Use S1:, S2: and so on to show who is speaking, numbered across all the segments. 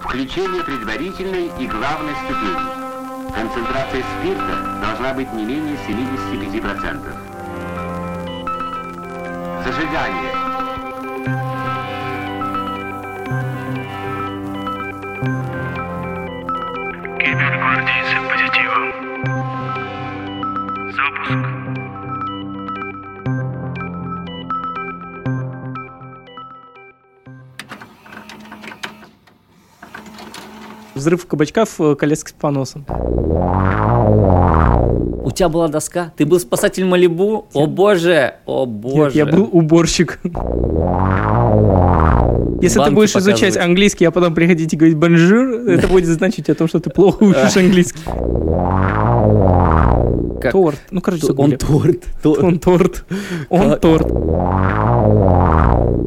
S1: Включение предварительной и главной ступени. Концентрация спирта должна быть не менее 75%. Зажигание.
S2: Кибер гвардейцы позитивом. Запуск.
S3: Взрыв кабачка в э, коляске с поносом.
S4: У тебя была доска? Ты был спасатель Малибу? О боже, о
S3: Нет,
S4: боже.
S3: я был уборщик. Если ты
S4: Банки
S3: будешь изучать
S4: показывать.
S3: английский, а потом приходить и говорить бонжур, это будет значить о том, что ты плохо учишь английский.
S4: А. Как?
S3: Торт. Ну, короче,
S4: Т- Он
S3: загугли.
S4: торт. торт.
S3: Он торт. Он
S4: Как?
S3: торт.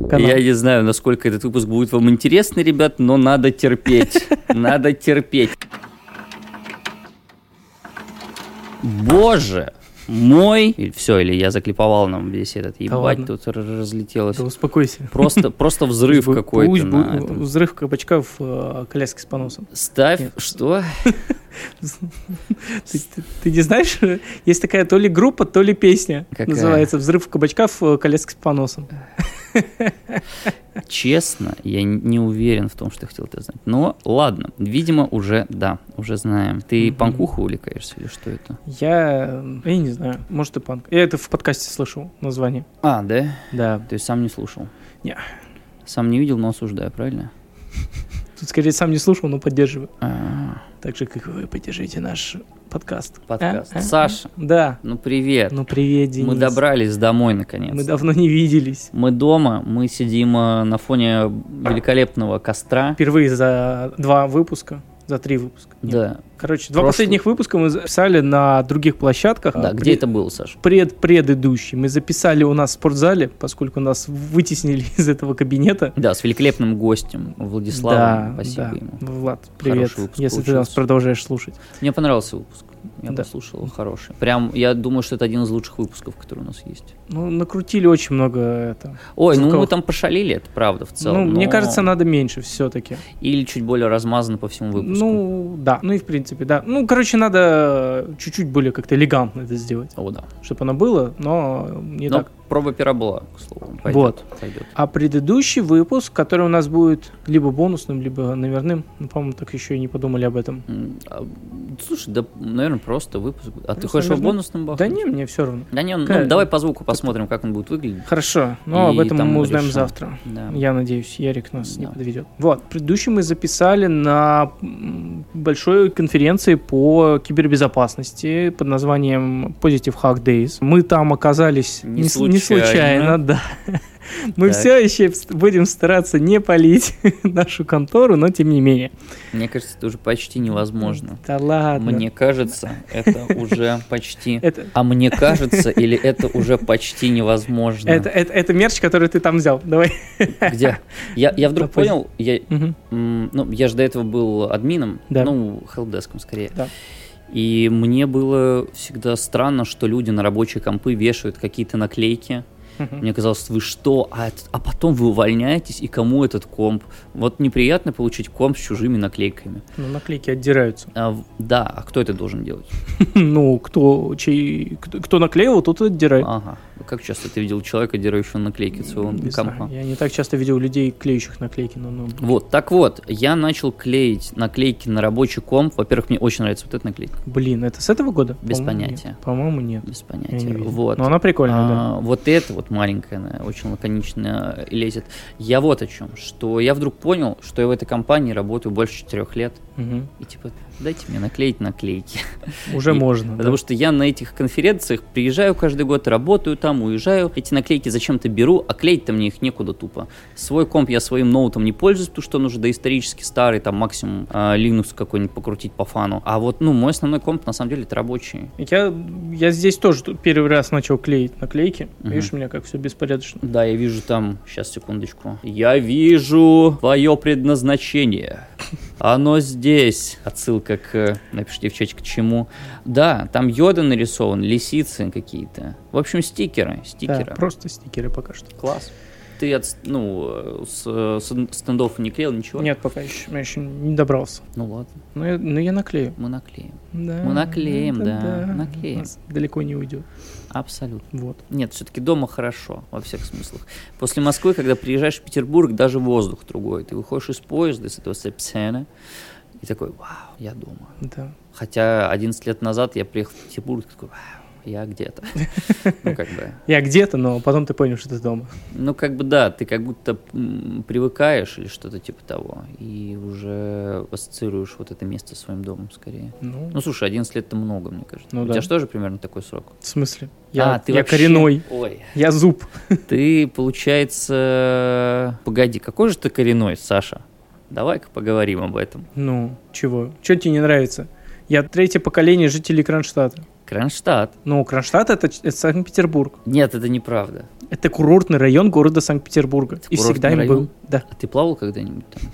S3: Канал.
S4: Я не знаю, насколько этот выпуск будет вам интересный, ребят, но надо терпеть. Надо терпеть. Боже мой! Все, или я заклиповал нам весь этот ебать,
S3: ладно.
S4: тут р- разлетелось.
S3: Да успокойся.
S4: Просто, просто взрыв
S3: Пусть
S4: какой-то.
S3: будет
S4: на этом.
S3: Взрыв кабачка в э, коляске с поносом.
S4: Ставь,
S3: Нет.
S4: что?
S3: Ты, ты- ты не знаешь, есть такая то ли группа, то ли песня.
S4: Какая?
S3: Называется «Взрыв кабачка в э, коляске с поносом».
S4: Честно, я н- не уверен в том, что я хотел это знать. Но ладно, видимо, уже, да, уже знаем. Ты
S3: Мгм.
S4: панкуху увлекаешься или что это?
S3: Я, э, я не знаю, может и панк. Я это в подкасте слышал название.
S4: А, да?
S3: Да.
S4: Ты сам не слушал?
S3: Не.
S4: Сам не видел, но осуждаю, правильно?
S3: Тут скорее сам не слушал, но поддерживаю.
S4: А,
S3: Так же, как и вы поддержите наш подкаст.
S4: Подкаст.
S3: А? А?
S4: Саша,
S3: Да.
S4: ну привет.
S3: Ну привет, Денис.
S4: Мы добрались домой наконец.
S3: Мы давно не виделись.
S4: Мы дома, мы сидим э, на фоне великолепного костра.
S3: Впервые за два выпуска, за три выпуска. Нет.
S4: Да,
S3: Короче, два
S4: Прошлый.
S3: последних выпуска мы записали на других площадках.
S4: да,
S3: А,
S4: где
S3: пред-
S4: это было, Саша?
S3: Пред предыдущий. Мы записали у нас в спортзале, поскольку нас вытеснили из этого кабинета.
S4: Да, с великолепным гостем Владиславом.
S3: да, да.
S4: Спасибо ему.
S3: Влад, привет,
S4: Хороший выпуск
S3: если ты нас
S4: получился.
S3: продолжаешь слушать.
S4: Мне понравился выпуск. Я
S3: Да.
S4: послушал, он хороший. Прям, я думаю, что это один из лучших выпусков, который у нас есть.
S3: Ну, накрутили очень много это.
S4: Ой, ну мы
S3: Звуковых.
S4: там пошалили, это правда в целом.
S3: ну, мне
S4: но-
S3: кажется, надо меньше все-таки.
S4: Или чуть более размазано по всему выпуску.
S3: Ну, да. Ну и в принципе, да. Ну, короче, надо чуть-чуть более как-то элегантно это сделать,
S4: О, да.
S3: чтобы оно было, но не
S4: Но
S3: так.
S4: проба пера была, к слову. Пойдет,
S3: Вот.
S4: Пойдет.
S3: А предыдущий выпуск, который у нас будет либо бонусным, либо номерным, ну, по-моему, так еще и не подумали об этом.
S4: М, а, Слушай, да, наверное, просто выпуск. А ты
S3: Просто
S4: хочешь его
S3: верну.
S4: бонусным бахнуть?
S3: Да не, мне все равно.
S4: Да не, ну,
S3: Какая-
S4: давай по звуку посмотрим, как он будет выглядеть.
S3: Хорошо, но
S4: И
S3: об этом
S4: там
S3: мы узнаем
S4: решим.
S3: завтра.
S4: Да.
S3: Я надеюсь, Ярик нас не
S4: Да.
S3: подведет. Вот, предыдущий мы записали на м, большой конференции по кибербезопасности под названием Positive Hack Days. Мы там оказались
S4: Не
S3: с- не
S4: случайно.
S3: случайно, да. Мы
S4: Так.
S3: все еще пс- будем стараться не палить нашу контору, но тем не менее.
S4: Мне кажется, это уже почти невозможно.
S3: Да ладно.
S4: Мне кажется, это уже почти...
S3: Это,
S4: А мне кажется, или это уже почти невозможно?
S3: это, это, это мерч, который ты там взял. Давай.
S4: Где? Я, я вдруг
S3: Допустим.
S4: понял, я,
S3: Мгм.
S4: М, Ну, я же до этого был админом,
S3: Да.
S4: ну, хелпдеском скорее.
S3: Да.
S4: И мне было всегда странно, что люди на рабочие компы вешают какие-то наклейки.
S3: Мгм.
S4: Мне казалось, вы что? А, это- а потом вы увольняетесь, и кому этот комп? Вот неприятно получить комп с чужими наклейками.
S3: Ну, наклейки отдираются.
S4: А, в- да, а кто это должен делать?
S3: Ну, кто, чей, кто, кто наклеивал, тот и отдирает.
S4: Ага. Как часто ты видел человека, дирающего наклейки от своего
S3: Не знаю,
S4: компа?
S3: Я не так часто видел людей, клеющих наклейки ну, на ноут.
S4: Вот, так вот, я начал клеить наклейки на рабочий комп. Во-первых, мне очень нравится вот эта наклейка,
S3: Блин, это с этого года?
S4: Без
S3: По-моему,
S4: понятия.
S3: нет. По-моему, нет.
S4: без
S3: Я не
S4: понятия.
S3: видел.
S4: вот.
S3: Но Ну, она прикольная, да.
S4: А, Вот это вот маленькая, она очень лаконично лезет. Я вот о чем, что я вдруг понял, что я в этой компании работаю больше четырех лет.
S3: Мгм.
S4: И типа, дайте мне наклеить наклейки.
S3: Уже
S4: И-
S3: можно.
S4: Потому что я на этих конференциях приезжаю каждый год, работаю там, уезжаю. Эти наклейки зачем-то беру, а клеить-то мне их некуда тупо. Свой комп я своим ноутом не пользуюсь, потому что он уже доисторически старый, там максимум а, Linux какой-нибудь покрутить по фану. А вот, ну, мой основной комп на самом деле это рабочий.
S3: Я, я здесь тоже тут первый раз начал клеить наклейки.
S4: Мгм.
S3: Видишь, у меня как все беспорядочно.
S4: Да, я вижу там... Сейчас, секундочку. Я вижу твое предназначение. Оно здесь. Отсылка к... Напишите в чатик к чему. Да, там йода нарисован, лисицы какие-то. В общем, стикеры.
S3: Да,
S4: Стикеры.
S3: просто стикеры пока что.
S4: Класс. Ты от, ну, с, с- стендов не клеил ничего?
S3: Нет, пока еще, я еще не добрался.
S4: Ну ладно,
S3: Но я, но я наклею.
S4: мы наклеим.
S3: Да,
S4: Мы наклеим,
S3: это
S4: да, наклеим.
S3: Нас далеко не уйдет.
S4: Абсолютно.
S3: Вот.
S4: Нет, все-таки дома хорошо, во всех смыслах. После Москвы, когда приезжаешь в Петербург, даже воздух другой. Ты выходишь из поезда, из этого Сепсена, и такой, вау, я дома.
S3: Да.
S4: Хотя 11 лет назад я приехал в Петербург, такой, вау, я где-то. Ну, как бы,
S3: Я где-то, но потом ты понял, что ты дома.
S4: Ну, как бы да, ты как будто м, привыкаешь или что-то типа того, и уже ассоциируешь вот это место с своим домом скорее.
S3: Ну,
S4: Ну, слушай, 11 лет это много, мне кажется.
S3: Ну
S4: У
S3: да.
S4: тебя же тоже примерно такой срок.
S3: в смысле? Я,
S4: А, ты
S3: я
S4: вообще-
S3: коренной,
S4: Ой,
S3: я зуб.
S4: ты, получается... Погоди, какой же ты коренной, Саша? Давай-ка поговорим об этом.
S3: Ну, чего? Че тебе не нравится? Я третье поколение жителей Кронштадта.
S4: Кронштадт.
S3: Ну, Кронштадт это, ч- это Санкт-Петербург.
S4: Нет, это неправда.
S3: Это курортный район города Санкт-Петербурга.
S4: Это
S3: И всегда им
S4: курортный
S3: был.
S4: район?
S3: Да.
S4: А ты плавал когда-нибудь там?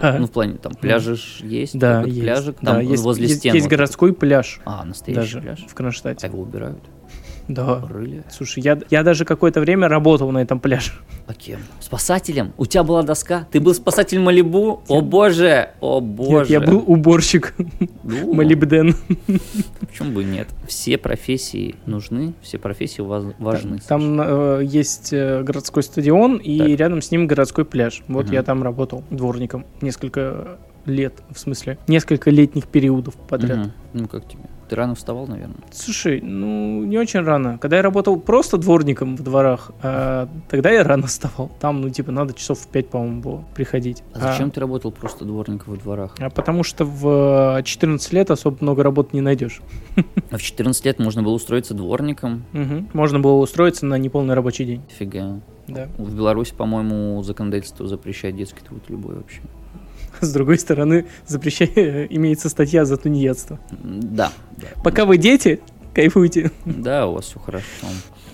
S3: Да.
S4: Ну, в плане, там, пляжи ж есть?
S3: Да,
S4: какой-то
S3: есть.
S4: Пляжик,
S3: Да,
S4: там
S3: есть,
S4: возле
S3: есть-
S4: стен.
S3: есть
S4: вот
S3: городской пляж
S4: этот. А, настоящий
S3: даже
S4: пляж?
S3: в
S4: А
S3: Кронштадте.
S4: его убирают?
S3: Да.
S4: Рыли?
S3: Слушай, я, я даже какое-то время работал на этом пляже.
S4: А кем? Спасателем? У тебя была доска? Ты был спасатель Малибу? О боже! О
S3: Нет,
S4: боже!
S3: я был уборщик
S4: Ну,
S3: Малибден.
S4: Почему бы и нет? Все профессии нужны, все профессии ваз- важны. Саша.
S3: Там э, есть э, городской стадион, и
S4: Так.
S3: рядом с ним городской пляж. Вот
S4: Мгм.
S3: я там работал дворником несколько лет, в смысле, несколько летних периодов подряд.
S4: Мгм. Ну как тебе? Ты рано вставал, наверное?
S3: Слушай, ну не очень рано. Когда я работал просто дворником в дворах, э, тогда я рано вставал. Там, ну, типа, надо часов в 5, по-моему, было приходить.
S4: А зачем ты работал просто дворником во дворах?
S3: А потому что в э, 14 лет особо много работ не найдешь.
S4: А в 14 лет можно было устроиться дворником?
S3: Мгм. Можно было устроиться на неполный рабочий день.
S4: Фига.
S3: Да.
S4: В Беларуси, по-моему, законодательство запрещает детский труд любой вообще.
S3: С другой стороны, запрещая, имеется статья за тунеядство.
S4: М, Да.
S3: Пока вы дети, кайфуйте.
S4: Да, у вас все хорошо.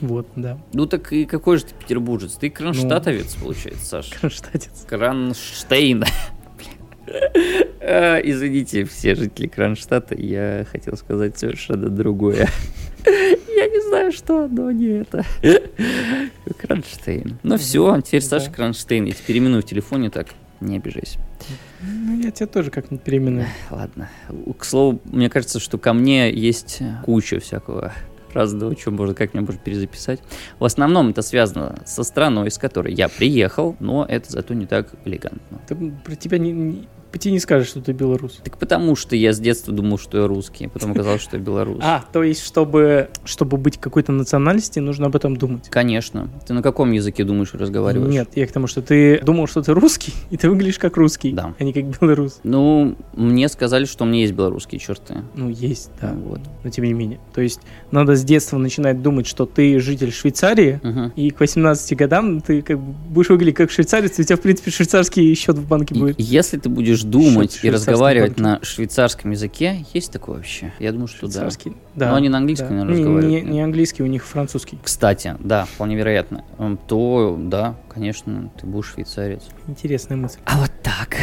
S3: Вот, да,
S4: Ну так и какой же ты петербуржец? Ты кронштадтовец, получается, Саша.
S3: кронштадтец.
S4: Кронштейна. Э, Извините, все жители Кронштадта, я хотел сказать совершенно другое. Я не знаю, что, но не это. Кронштейн. Ну все, теперь Саша
S3: Да.
S4: Кронштейн. Я теперь именую в телефоне так. Не обижайся.
S3: Ну, я тебя тоже как-нибудь переименую.
S4: Ладно. У- К слову, мне кажется, что ко мне есть куча всякого разного, чего можно как-нибудь перезаписать. В основном это связано со страной, из которой я приехал, но это зато не так элегантно.
S3: Ты, м, про тебя не, не- по тебе не скажешь, что ты белорус.
S4: Так потому что я с детства думал, что я русский, а потом оказалось, что я белорус.
S3: А, то есть, чтобы, чтобы быть какой-то национальности, нужно об этом думать.
S4: Конечно. Ты на каком языке думаешь и разговариваешь?
S3: Нет, я к тому, что ты думал, что ты русский, и ты выглядишь как русский,
S4: Да.
S3: а не как белорус.
S4: Ну, мне сказали, что у меня есть белорусские черты.
S3: Ну, есть, да,
S4: Вот.
S3: но тем не менее. То есть, надо с детства начинать думать, что ты житель Швейцарии,
S4: Мгм.
S3: и к 18 годам ты как бы будешь выглядеть как швейцарец, и у тебя, в принципе, швейцарский счет в банке
S4: И
S3: будет.
S4: Если ты будешь думать
S3: Швейцарский
S4: и разговаривать
S3: банки.
S4: на швейцарском языке, есть такое вообще? Я думаю, что да.
S3: Швейцарский, да.
S4: Но они на английском,
S3: да.
S4: наверное,
S3: Не- не,
S4: разговаривают.
S3: не английский, у них французский.
S4: Кстати, да, вполне вероятно. Эм, То, да, конечно, ты будешь швейцарец.
S3: Интересная мысль.
S4: А вот так.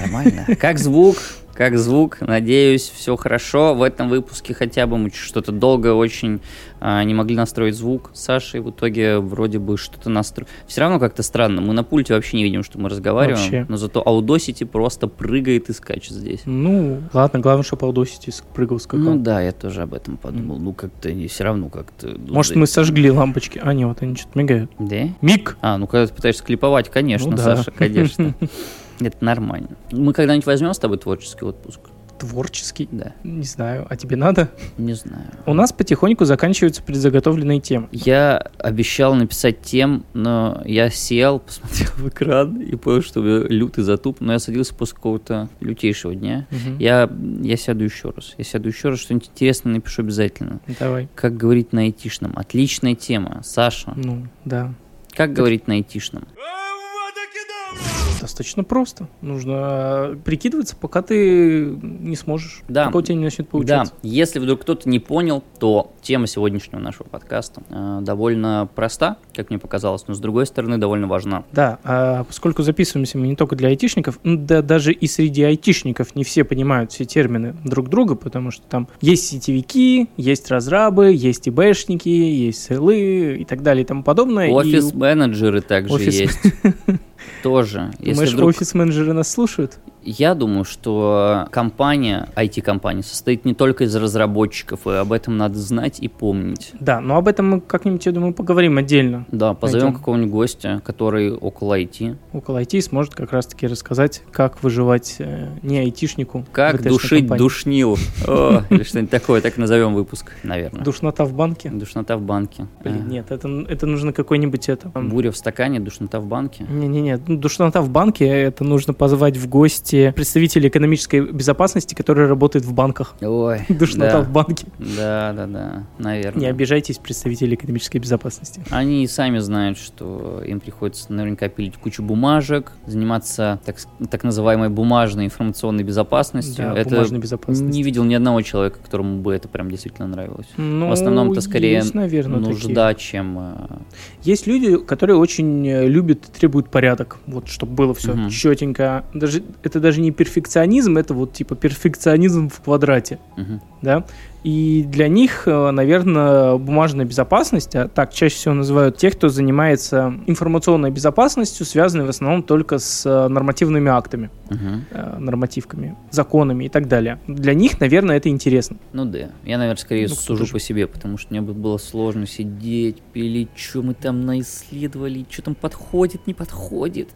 S4: Нормально. Как звук? Как звук? Надеюсь, все хорошо. В этом выпуске хотя бы мы что-то долго очень а, не могли настроить звук с Сашей. В итоге вроде бы что-то настроили. Все равно как-то странно. Мы на пульте вообще не видим, что мы разговариваем.
S3: Вообще.
S4: Но зато Audacity просто прыгает и скачет здесь.
S3: Ну, ладно, главное, что Audacity прыгал с
S4: Ну
S3: какого.
S4: да, я тоже об этом подумал. Ну как-то все равно как-то... ну,
S3: Может,
S4: да-
S3: мы сожгли лампочки. А, нет, вот они что-то мигают.
S4: Да?
S3: Миг!
S4: А, ну когда ты пытаешься клиповать, конечно,
S3: Ну да.
S4: Саша, конечно. Это нормально. Мы когда-нибудь возьмем с тобой творческий отпуск?
S3: Творческий.
S4: Да.
S3: Не знаю, а тебе надо?
S4: Не знаю.
S3: У нас потихоньку заканчиваются предзаготовленные темы.
S4: Я обещал написать тем, но я сел, посмотрел в экран и понял, что у меня лютый затуп, но я садился после какого-то лютейшего дня.
S3: Мгм.
S4: Я, я сяду еще раз. Я сяду еще раз, что-нибудь интересное напишу обязательно.
S3: Давай.
S4: Как говорить на айтишном? Отличная тема, Саша.
S3: Ну, да.
S4: Как говорить на айтишном?
S3: достаточно просто. Нужно а, прикидываться, пока ты не сможешь.
S4: Да.
S3: Пока у тебя не начнет получаться.
S4: Да, если вдруг кто-то не понял, то тема сегодняшнего нашего подкаста э, довольно проста, как мне показалось, но с другой стороны довольно важна.
S3: Да, а поскольку записываемся мы не только для айтишников, м, да даже и среди айтишников не все понимают все термины друг друга, потому что там есть сетевики, есть разрабы, есть ибэшники, есть селы и так далее и тому подобное. И
S4: Офис-менеджеры также
S3: офис-
S4: есть. Тоже. Если
S3: Думаешь,
S4: вдруг...
S3: офис-менеджеры нас слушают?
S4: Я думаю, что компания, IT-компания, состоит не только из разработчиков, и об этом надо знать и помнить.
S3: Да, но об этом мы как-нибудь, я думаю, поговорим отдельно.
S4: Да, позовем
S3: Найдем.
S4: какого-нибудь гостя, который около IT.
S3: Около IT сможет как раз-таки рассказать, как выживать э, не айтишнику. в
S4: Как
S3: этой
S4: душить
S3: компании.
S4: душнил. О, или что-нибудь такое, так назовем выпуск, наверное.
S3: Душнота в банке?
S4: Душнота в банке.
S3: Блин,
S4: Э,
S3: А. нет, это, это нужно какой-нибудь это... м,
S4: Буря в стакане, душнота в банке.
S3: Не-не-не, ну, душнота в банке, это нужно позвать в гости представителей экономической безопасности, которые работают в банках.
S4: Ой,
S3: Душнота
S4: да.
S3: в банке.
S4: Да, да, да,
S3: Не
S4: наверное.
S3: обижайтесь, представители экономической безопасности.
S4: Они и сами знают, что им приходится наверняка пилить кучу бумажек, заниматься так, с- так называемой бумажной информационной безопасностью.
S3: Да,
S4: это
S3: бумажной безопасности.
S4: не видел ни одного человека, которому бы это прям действительно нравилось.
S3: Ну,
S4: в основном это скорее
S3: есть, наверное,
S4: Нужда, чем... э,
S3: такие. Есть люди, которые очень э, любят и требуют порядок, вот, чтобы было все
S4: Мгм.
S3: четенько. Даже, это даже не перфекционизм, это вот типа перфекционизм в квадрате.
S4: мгм.
S3: да, и для них, э, наверное, бумажная безопасность, а так чаще всего называют тех, кто занимается информационной безопасностью, связанной в основном только с э, нормативными актами,
S4: Мгм.
S3: э, нормативками, законами и так далее. Для них, наверное, это интересно.
S4: Ну да. Я, наверное, скорее
S3: Ну, кто
S4: сужу
S3: же.
S4: по себе, потому что мне бы было сложно сидеть, пилить, что мы там наисследовали, что там подходит, не подходит.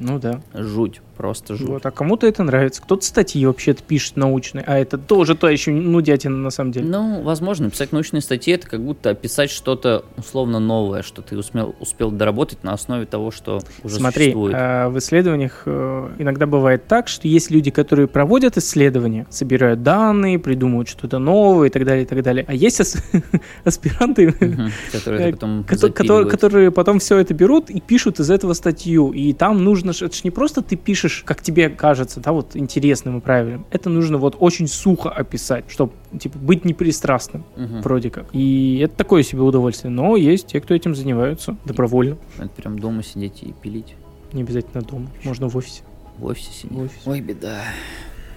S3: Ну да.
S4: Жуть, просто жуть.
S3: Вот, а кому-то это нравится. Кто-то статьи вообще-то пишет научные, а это тоже то еще нудятина на самом деле.
S4: Ну, возможно, писать научные статьи это как будто описать что-то условно новое, что ты усмел- успел доработать на основе того, что уже
S3: Смотри,
S4: существует.
S3: э, в исследованиях э, иногда бывает так, что есть люди, которые проводят исследования, собирают данные, придумывают что-то новое и так далее, и так далее. А есть ас- аспиранты,
S4: Мгм. Которые
S3: э,
S4: ты потом
S3: кото- которые,
S4: запиливаешь.
S3: которые потом все это берут и пишут из этого статью. И там нужно, ж- это же не просто ты пишешь, как тебе кажется, да, вот интересным и правильным. Это нужно вот очень сухо описать, чтобы, типа, быть непристрастным
S4: Мгм.
S3: вроде как. И это такое себе удовольствие. Но есть те, кто этим занимаются добровольно.
S4: Это прям дома сидеть и пилить.
S3: Не обязательно дома, можно в офисе.
S4: В офисе сидеть.
S3: В офисе.
S4: Ой, беда.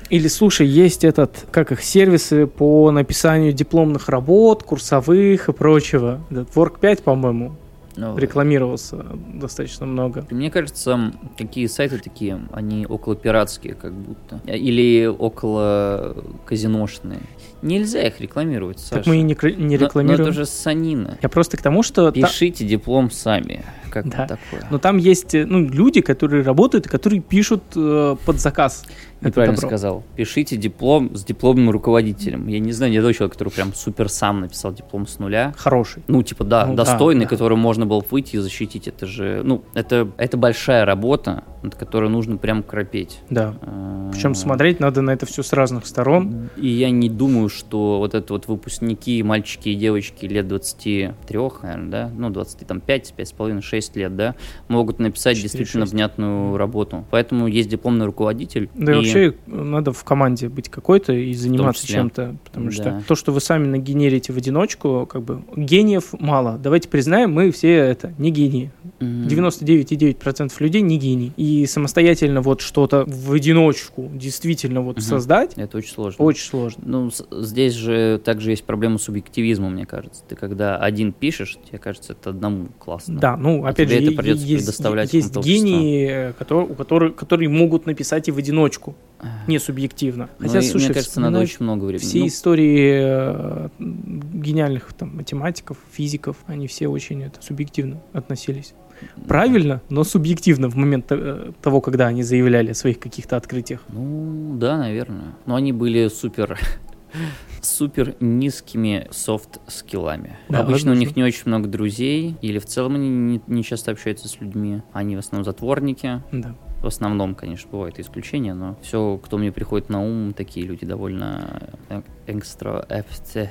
S3: Или, слушай, есть этот, как их, сервисы по написанию дипломных работ, курсовых и прочего. Этот Work 5, по-моему,
S4: Ну,
S3: рекламировался достаточно много.
S4: Мне кажется, м, такие сайты такие, они около пиратские как будто. А, Или около казиношные. Нельзя их рекламировать, Саша.
S3: Так мы и не, кр- не
S4: Но- Но,
S3: рекламируем.
S4: это же санина.
S3: Я просто к тому, что... та-
S4: Пишите диплом сами. Как
S3: Да.
S4: такое?
S3: Но там есть э, ну, люди, которые работают и которые пишут э, под заказ. это
S4: Неправильно
S3: добро.
S4: сказал. Пишите диплом с дипломным руководителем. Я не знаю ни одного человека, который прям супер сам написал диплом с нуля.
S3: Хороший.
S4: Ну, типа, да,
S3: Ну да,
S4: достойный,
S3: да.
S4: которым можно было выйти и защитить. Это же, ну, это, это большая работа, над которой нужно прям кропеть.
S3: Да.
S4: Причем
S3: Причем смотреть надо на это все с разных сторон.
S4: И я не думаю, что вот это вот выпускники, мальчики и девочки лет 23, наверное, да, ну, 20, там, 5, 5,5, 6 лет, да, могут написать
S3: Четыре,
S4: действительно
S3: шесть.
S4: внятную работу. Поэтому есть дипломный руководитель.
S3: Да и вообще надо в команде быть какой-то и заниматься
S4: числе.
S3: чем-то, потому что
S4: Да.
S3: то, что вы сами нагенерите в одиночку, как бы гениев мало. Давайте признаем, мы все это не гении.
S4: М,
S3: 99,9% людей не гений. И самостоятельно вот что-то в одиночку действительно вот
S4: Мгм.
S3: создать
S4: Это очень сложно.
S3: очень сложно.
S4: Ну, с- здесь же также есть проблема субъективизма, мне кажется. Ты когда один пишешь, тебе кажется, это одному классно.
S3: Да, ну опять
S4: А тебе
S3: же,
S4: это
S3: е-
S4: придется
S3: есть,
S4: предоставлять
S3: есть
S4: кому-то
S3: гении, которые, у которых, которые могут написать и в одиночку, не субъективно.
S4: Ну,
S3: Хотя,
S4: и,
S3: слушай,
S4: мне кажется,
S3: вспоминаю
S4: надо очень много времени.
S3: Все
S4: Ну,
S3: истории э, м, гениальных там, математиков, физиков, они все очень это, субъективно относились. Правильно, но субъективно в момент э, того, когда они заявляли о своих каких-то открытиях.
S4: Ну, да, наверное. Но они были супер супер низкими софт-скиллами.
S3: Да,
S4: Обычно у
S3: возможно.
S4: них не очень много друзей, или в целом они не, не часто общаются с людьми. Они в основном затворники.
S3: Да.
S4: В основном, конечно, бывают исключения, но все, кто мне приходит на ум, такие люди довольно э, экстра... э, эпте-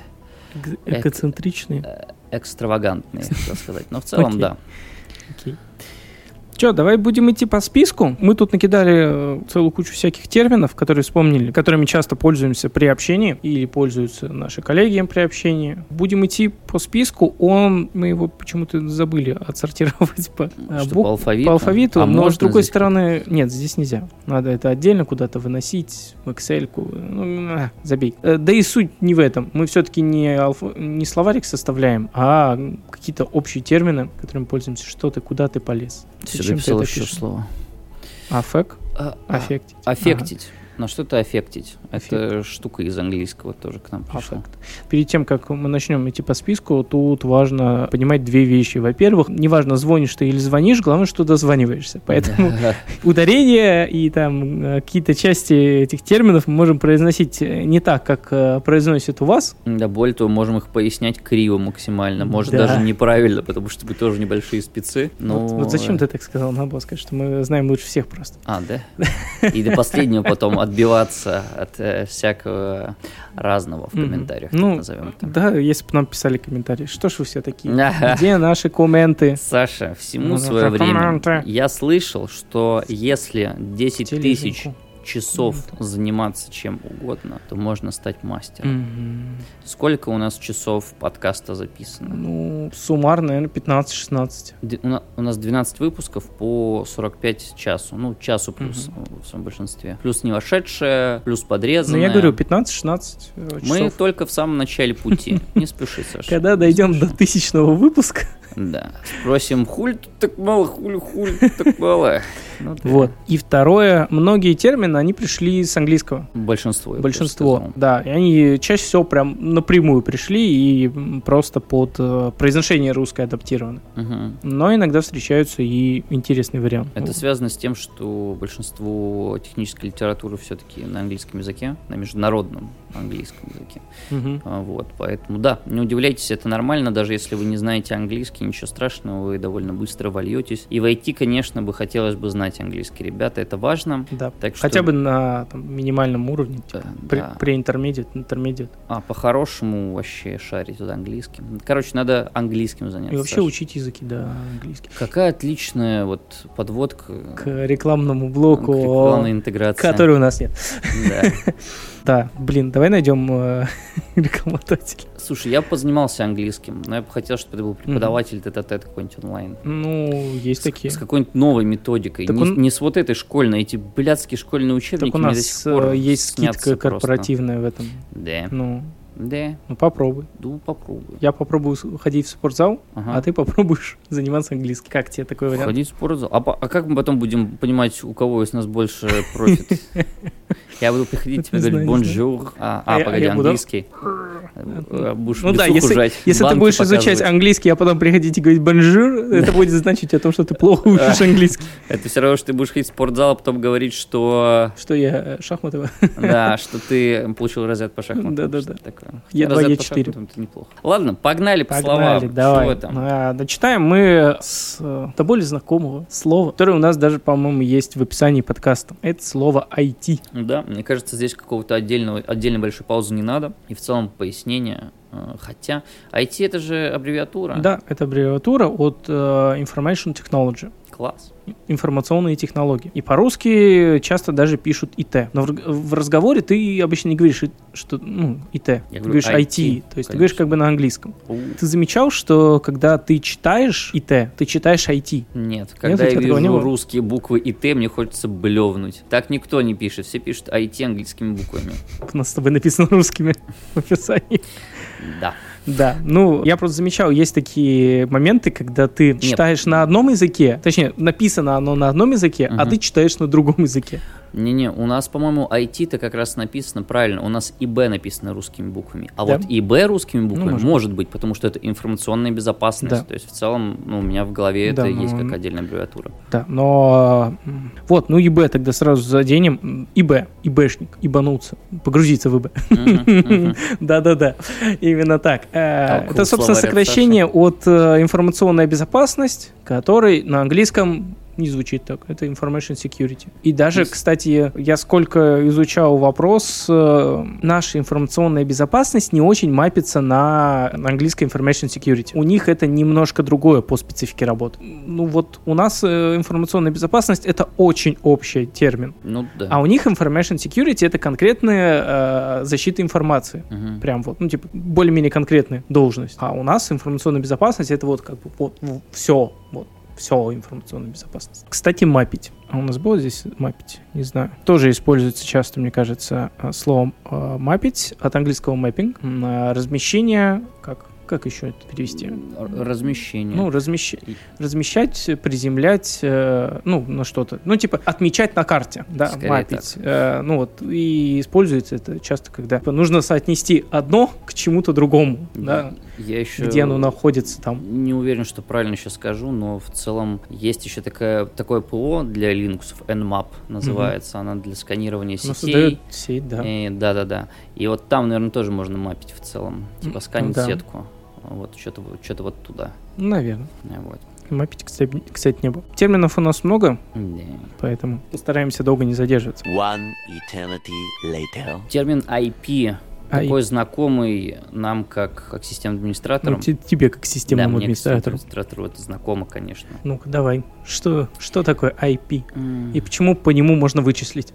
S3: Эк-
S4: Э,
S3: Экоцентричные.
S4: экстравагантные, хотел сказать. Но в целом,
S3: Окей.
S4: да.
S3: Окей. Че, давай будем идти по списку? Мы тут накидали э, целую кучу всяких терминов, которые вспомнили, которыми часто пользуемся при общении или пользуются наши коллеги при общении. Будем идти по списку. Он, мы его почему-то забыли отсортировать по э,
S4: Что,
S3: буквам
S4: по алфавиту?
S3: по алфавиту,
S4: А
S3: но с
S4: можно
S3: другой
S4: здесь?
S3: стороны, нет, здесь нельзя. Надо это отдельно куда-то выносить, в Excel. -ку. Ну, а, забей. Э, Да и суть не в этом. Мы все-таки не, алфа- не словарик составляем, а какие-то общие термины, которыми пользуемся. Что ты, куда ты полез?
S4: Всё,
S3: Зачем
S4: дописал
S3: ты это
S4: еще
S3: пишешь?
S4: слово.
S3: Аффект?
S4: А, а,
S3: Аффектить.
S4: Аффектить. На что-то аффектить. Это
S3: Аффект.
S4: штука из английского тоже к нам пришла.
S3: Аффект. Перед тем, как мы начнем идти по списку, тут важно понимать две вещи. Во-первых, неважно, звонишь ты или звонишь, главное, что дозваниваешься. Поэтому
S4: Да.
S3: ударения и там э, какие-то части этих терминов мы можем произносить э, не так, как э, произносит у вас.
S4: Да, более того, можем их пояснять криво максимально. Может,
S3: Да.
S4: даже неправильно, потому что мы тоже небольшие спецы. Но...
S3: Вот, вот зачем ты так сказал, надо было сказать, что мы знаем лучше всех просто.
S4: А, да? И до последнего потом отбиваться от э, всякого разного в
S3: Мгм.
S4: комментариях,
S3: Ну,
S4: назовем так.
S3: Да, если бы нам писали комментарии, что ж вы все такие?
S4: Ага.
S3: Где наши комменты?
S4: Саша, всему
S3: Ну,
S4: свое
S3: это
S4: время.
S3: комменты.
S4: Я слышал, что если 10 тысяч
S3: Тележеньку.
S4: часов
S3: Ну,
S4: заниматься чем угодно, то можно стать мастером.
S3: Мгм.
S4: Сколько у нас часов подкаста записано?
S3: Ну, суммарно, наверное, 15-16.
S4: Д- у на- У нас 12 выпусков по 45 часу. Ну, часу плюс в своем большинстве. Плюс не вошедшее, плюс
S3: Ну,
S4: подрезанное.
S3: я говорю, 15-16 э,
S4: Мы
S3: часов.
S4: только в самом начале пути. Не спеши, Саша.
S3: Когда дойдем до тысячного выпуска,
S4: Да. Спросим, хуль тут так мало, хуль, хуль тут так мало. Ну да.
S3: вот. И второе, многие термины, они пришли с английского.
S4: Большинство. я бы даже
S3: Большинство,
S4: сказал.
S3: да. И они чаще всего прям напрямую пришли и м, просто под э, произношение русское адаптированы.
S4: Мгм.
S3: Но иногда встречаются и интересный вариант.
S4: Это связано с тем, что большинство технической литературы все-таки на английском языке, на международном английском языке.
S3: Мгм.
S4: А, Вот, поэтому да, не удивляйтесь, это нормально, даже если вы не знаете английский, ничего страшного, вы довольно быстро вольетесь. И войти, конечно, бы хотелось бы знать английский, ребята, это важно.
S3: Да.
S4: Так что-
S3: Хотя бы на там, минимальном уровне, типа,
S4: Да,
S3: при,
S4: да.
S3: интермедиат, интермедиат.
S4: А по-хорошему вообще шарить за английским. Короче, надо английским заняться.
S3: И вообще
S4: Саша.
S3: учить языки, да, английский.
S4: Какая отличная вот подводка
S3: К рекламному
S4: э,
S3: блоку,
S4: рекламной интеграции.
S3: который у нас нет.
S4: Да.
S3: Да, блин, давай найдем э, рекламодателя.
S4: Слушай, я позанимался английским, но я бы хотел, чтобы это был преподаватель тет-а-тет какой-нибудь онлайн.
S3: Ну, есть такие.
S4: С какой-нибудь новой методикой.
S3: Так
S4: не,
S3: он-
S4: не с вот этой школьной, эти блядские школьные учебники
S3: Так у
S4: мне
S3: нас
S4: до сих пор
S3: э, есть
S4: снятся
S3: скидка
S4: просто. Эм.
S3: корпоративная в этом.
S4: Да.
S3: Ну,
S4: Да.
S3: ну попробуй.
S4: Ну, попробуй.
S3: Я попробую с- ходить в спортзал,
S4: Ага.
S3: а ты попробуешь заниматься английским. Как тебе такой вариант?
S4: Ходить в спортзал. А, по- а как мы потом будем понимать, у кого из нас больше профит? Я буду приходить тебе
S3: Не
S4: говорить
S3: знаю, не
S4: бонжур. А,
S3: А
S4: а,
S3: я- а
S4: погоди,
S3: я буду-
S4: английский. Э, Будешь
S3: Ну да,
S4: лицуху
S3: если-
S4: жать,
S3: Если ты
S4: банки
S3: будешь изучать
S4: показывать.
S3: английский, а потом приходить и говорить «бонжур», это будет значить о том, что ты плохо учишь английский.
S4: Это все равно, что ты будешь ходить в спортзал, а потом говорить, что
S3: Что я э, шахматова?
S4: Да, что ты получил разряд по шахматам.
S3: Да-да-да.
S4: что-то такое.
S3: Е2,
S4: Хотя разряд по
S3: Е4.
S4: шахматам это неплохо. Ладно, погнали по
S3: Погнали,
S4: словам.
S3: давай.
S4: Чего там?
S3: А, Дочитаем мы с э, до более знакомого слова, которое у нас даже, по-моему, есть в описании подкаста. Это слово «IT».
S4: Ну Да, мне кажется, здесь какого-то отдельного, отдельной большой паузы не надо. И в целом пояснение. э, Хотя IT это же аббревиатура.
S3: Да, это аббревиатура от э, Information Technology.
S4: Класс.
S3: информационные технологии. И по-русски часто даже пишут ИТ. Но в, рг- в разговоре ты обычно не говоришь, и- что ну, ИТ. Ты
S4: говорю
S3: говоришь IT,
S4: IT,
S3: то есть ты говоришь
S4: конечно.
S3: как бы на английском.
S4: У,
S3: Ты замечал, что когда ты читаешь ИТ, ты читаешь IT?
S4: Нет, когда
S3: у тебя
S4: я
S3: такого не
S4: вижу
S3: было?
S4: русские буквы и Т, мне хочется блевнуть. Так никто не пишет, все пишут IT английскими буквами.
S3: У нас с тобой написано русскими в описании.
S4: Да.
S3: Да, ну, я просто замечал, есть такие моменты, когда ты читаешь на одном языке, точнее, написано оно на одном языке, а
S4: Мгм.
S3: ты читаешь на другом языке.
S4: Не-не, у нас, по-моему, IT-то как раз написано правильно. У нас ИБ написано русскими буквами. А
S3: Да. Ну,
S4: вот ИБ русскими буквами
S3: может
S4: может. быть, потому что это информационная безопасность.
S3: Да.
S4: То есть в целом ну, у меня в голове
S3: Да,
S4: это
S3: ну,
S4: есть
S3: м.
S4: как отдельная аббревиатура.
S3: Да, но... м, Вот, ну ИБ тогда сразу заденем. М, ИБ, ИБшник, ибануться, погрузиться в ИБ.
S4: Мгм, мгм.
S3: Да-да-да, именно так. Э,
S4: Толкнул
S3: Это, собственно,
S4: словарь от
S3: сокращение от э, информационная безопасность, который на английском не звучит так. Это information security. И даже, кстати, я сколько изучал вопрос, э, наша информационная безопасность не очень мапится на английской information security. У них это немножко другое по специфике работы. Ну вот у нас э, информационная безопасность это очень общий термин.
S4: Ну да.
S3: А у них information security это конкретная э, защита информации.
S4: Мгм.
S3: Прям вот, ну, типа, более-менее конкретная должность. А у нас информационная безопасность — это вот как бы вот все, вот все информационная безопасность. Кстати, мапить. А у нас было здесь мапить? Не знаю. Тоже используется часто, мне кажется, э, словом э, мапить от английского mapping. М, э, Размещение, как, как еще это перевести?
S4: Р- Размещение.
S3: Ну, размещ... размещать, приземлять, э, ну, на что-то. Ну, типа, отмечать на карте, да,
S4: Скорее
S3: мапить. Э, ну, вот, и используется это часто, когда типа, нужно соотнести одно к чему-то другому, да,
S4: я еще
S3: где оно находится там.
S4: Не уверен, что правильно сейчас скажу, но в целом есть еще такая, такое ПО для Linux, NMAP называется, она для сканирования
S3: Оно
S4: сетей. Э.
S3: создает сеть, да.
S4: И- Да-да-да. И вот там, наверное, тоже можно мапить в целом. Типа сканить
S3: да.
S4: сетку. Вот, что-то, что-то вот туда.
S3: Наверное.
S4: Э, Вот.
S3: Ну, Мапить, кстати, кстати, не было. Терминов у нас много,
S4: Да.
S3: поэтому постараемся долго не задерживаться.
S5: One eternity later.
S4: Термин IP,
S3: А, и-
S4: такой знакомый нам как, как системным
S3: ну,
S4: администраторам.
S3: те- тебе как системному
S4: да, мне как
S3: администратору.
S4: системному администратору это знакомо, конечно.
S3: Ну-ка, давай. Что, что такое IP? И почему по нему можно вычислить?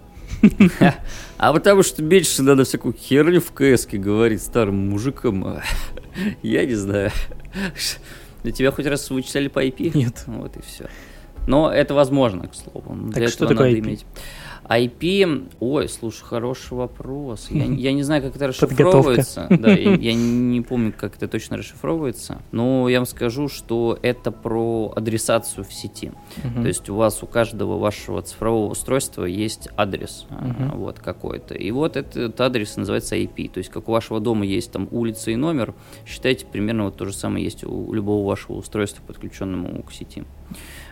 S4: А потому что меньше надо всякую херню в кс говорить старым мужикам. А, Я не знаю. Но тебя хоть раз вычисляли по IP?
S3: Нет.
S4: Вот и все. Но это возможно, к слову. Для
S3: Так что
S4: этого
S3: такое
S4: надо
S3: IP?
S4: иметь. IP, ой, слушай, хороший вопрос. Я, я не знаю, как это
S3: Подготовка.
S4: расшифровывается. Да, я, я не помню, как это точно расшифровывается. Но я вам скажу, что это про адресацию в сети.
S3: Мгм.
S4: То есть у вас у каждого вашего цифрового устройства есть адрес а,
S3: Мгм.
S4: вот какой-то. И вот этот адрес называется IP. То есть как у вашего дома есть там улица и номер, считайте примерно вот то же самое есть у любого вашего устройства, подключенному к сети.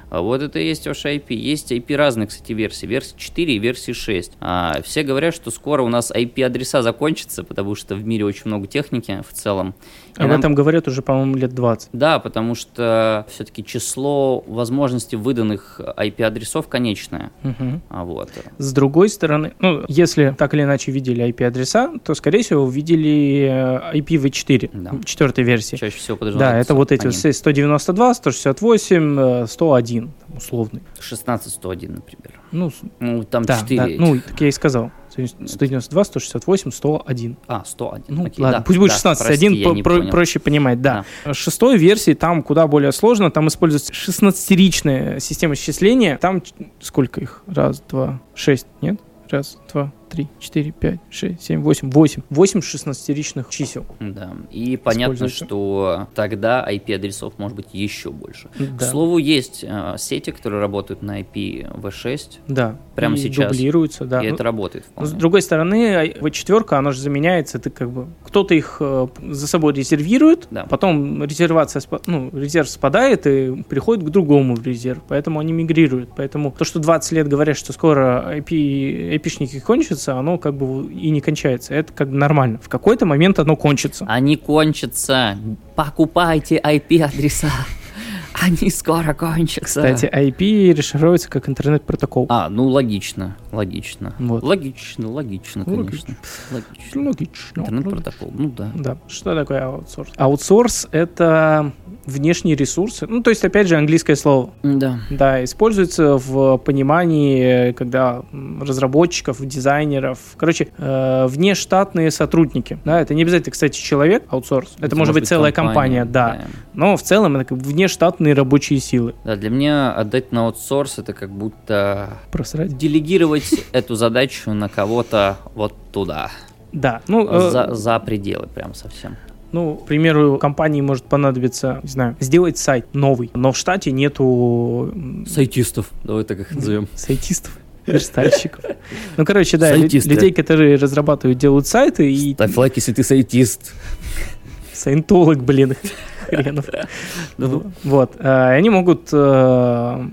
S4: А вот это и есть ваш IP. Есть IP разных, кстати, версий. Версии 4 и версии 6. А, все говорят, что скоро у нас IP-адреса закончатся, потому что в мире очень много техники в целом. И
S3: Об
S4: нам-
S3: этом говорят уже, по-моему, лет 20.
S4: да, потому что все-таки число возможностей выданных IP-адресов конечное.
S3: Мгм.
S4: А вот.
S3: С другой стороны, ну, если так или иначе видели IP-адреса, то, скорее всего, видели э, IPv4,
S4: Да.
S3: четвертой версии.
S4: Чаще всего
S3: Да,
S4: подразумевается
S3: это вот эти вот
S4: они.
S3: все 192, 168, э, 101, там, условный.
S4: 16101, например.
S3: Ну, с-
S4: Ну, там
S3: да,
S4: 4.
S3: да,
S4: эти.
S3: ну, так я и сказал. 192, 168, 101.
S4: а, 101.
S3: Ну,
S4: Окей,
S3: ладно,
S4: да,
S3: пусть будет
S4: да,
S3: 16,
S4: прости,
S3: один
S4: я
S3: про-
S4: не
S3: про-
S4: понял.
S3: проще понимать, да. Шестой версии там куда более сложно, там используется 16-ричная система счисления, там ч- сколько их? Раз, два, шесть, нет? Раз, два, три, четыре, пять, шесть, семь, восемь, восемь. Восемь 16-ричных чисел.
S4: Да. И понятно,
S3: Используется.
S4: что тогда IP-адресов может быть еще больше. К
S3: Да.
S4: слову, есть э, сети, которые работают на IPv6.
S3: Да.
S4: Прямо
S3: И
S4: сейчас.
S3: Дублируются, да.
S4: и
S3: Ну,
S4: это работает
S3: Но
S4: вполне.
S3: с другой стороны, в четверка, она же заменяется, ты как бы кто-то их э, за собой резервирует,
S4: Да.
S3: потом резервация, спа- ну, резерв спадает и приходит к другому в резерв, поэтому они мигрируют. Поэтому то, что 20 лет говорят, что скоро IP, IP-шники кончатся, оно как бы и не кончается. Это как бы нормально. В какой-то момент оно кончится.
S4: Типа, Они кончатся. Покупайте IP-адреса. Они скоро кончатся.
S3: Кстати, IP расшифровывается как интернет-протокол.
S4: А, ну логично, логично.
S3: Вот.
S4: Логично, логично,
S3: Ну,
S4: конечно. Логично.
S3: Логично.
S4: Интернет-протокол, ну да.
S3: Да. Что такое аутсорс? Аутсорс — это внешние ресурсы. Ну, то есть, опять же, английское слово.
S4: Да.
S3: Да, используется в понимании, когда м, разработчиков, дизайнеров, короче, э, внештатные сотрудники. Да, это не обязательно, кстати, человек, аутсорс. Это, может быть целая компания, да. Но в целом это как бы внештатные рабочие силы.
S4: Да, для меня отдать на аутсорс это как будто
S3: Просрать.
S4: делегировать эту задачу на кого-то вот туда,
S3: Да. Ну, э,
S4: за, за пределы прям совсем.
S3: Ну, к примеру, компании может понадобиться, не знаю, сделать сайт новый, но в штате нету м,
S4: Сайтистов, давай так их назовем.
S3: сайтистов, верстальщиков. Ну, короче, да, лю-
S4: Сайтисты.
S3: людей, которые разрабатывают, делают сайты, и
S4: Ставь лайк, если ты сайтист.
S3: саентолог, блин, хренов.
S4: Ну,
S3: Вот. э, Они могут э,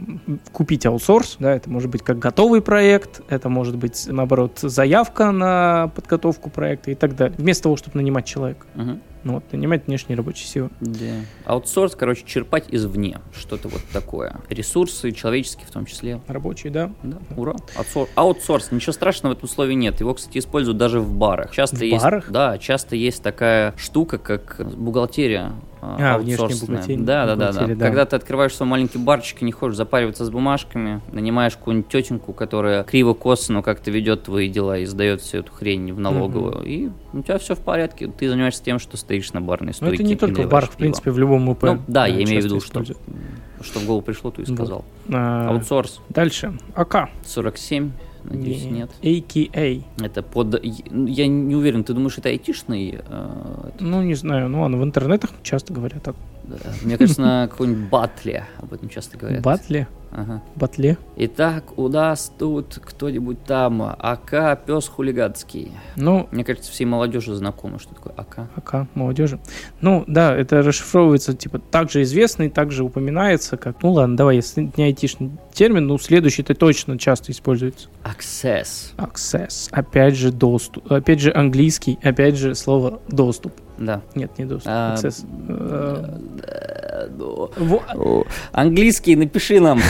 S3: купить аутсорс, да, это может быть как готовый проект, это может быть, наоборот, заявка на подготовку проекта и так далее, вместо того, чтобы нанимать человека.
S4: Мгм.
S3: Ну, вот, нанимать внешние рабочие силы.
S4: Да. Аутсорс, короче, черпать извне. Что-то вот такое. Ресурсы человеческие в том числе.
S3: Рабочие, да? Ну,
S4: Да, ура. Аутсор- Аутсорс. Ничего страшного в этом слове нет. Его, кстати, используют даже в барах. Часто
S3: В
S4: есть,
S3: барах?
S4: Да, часто есть такая штука, как бухгалтерия а,
S3: А, внешняя
S4: аутсорсная.
S3: бухгалтерия-
S4: Да, да, да, да.
S3: бухгалтерия, да.
S4: Когда ты открываешь свой маленький барчик и не хочешь запариваться с бумажками, нанимаешь какую-нибудь тетеньку, которая криво-косо, но как-то ведет твои дела и сдает всю эту хрень в налоговую. И у тебя все в порядке. Ты занимаешься тем, что стоишь на барной
S3: Ну,
S4: стойке.
S3: это не
S4: и
S3: только в
S4: наливаешь
S3: барах, в
S4: пиво.
S3: принципе, в любом УП.
S4: Ну, да, я имею в
S3: часто
S4: виду, что,
S3: используют.
S4: что в голову пришло, то и
S3: Вот.
S4: сказал.
S3: А,
S4: Аутсорс
S3: Дальше. АК.
S4: 47, надеюсь, нет.
S3: AKA.
S4: Это под... Я не уверен, ты думаешь, это айтишный? э,
S3: Ну, не знаю, ну ладно, в интернетах часто говорят о
S4: да. Мне кажется, на какой-нибудь батле об этом часто говорят.
S3: батле.
S4: Ага.
S3: Батле.
S4: Итак, у нас тут кто-нибудь там, АК, пес хулигатский.
S3: Ну,
S4: Мне кажется, всей молодежи знакомо, что такое АК.
S3: АК молодежи. Ну, да, это расшифровывается, типа, также известный, также упоминается, как, ну ладно, давай, если не айтишный термин, ну, следующий это точно часто используется.
S4: Access.
S3: Access. Опять же, доступ. Опять же, английский, опять же, слово доступ.
S4: Да.
S3: Нет, не доступ.
S4: А,
S3: Access. Э,
S4: Э, ну,
S3: во-
S4: о, Английский, напиши нам.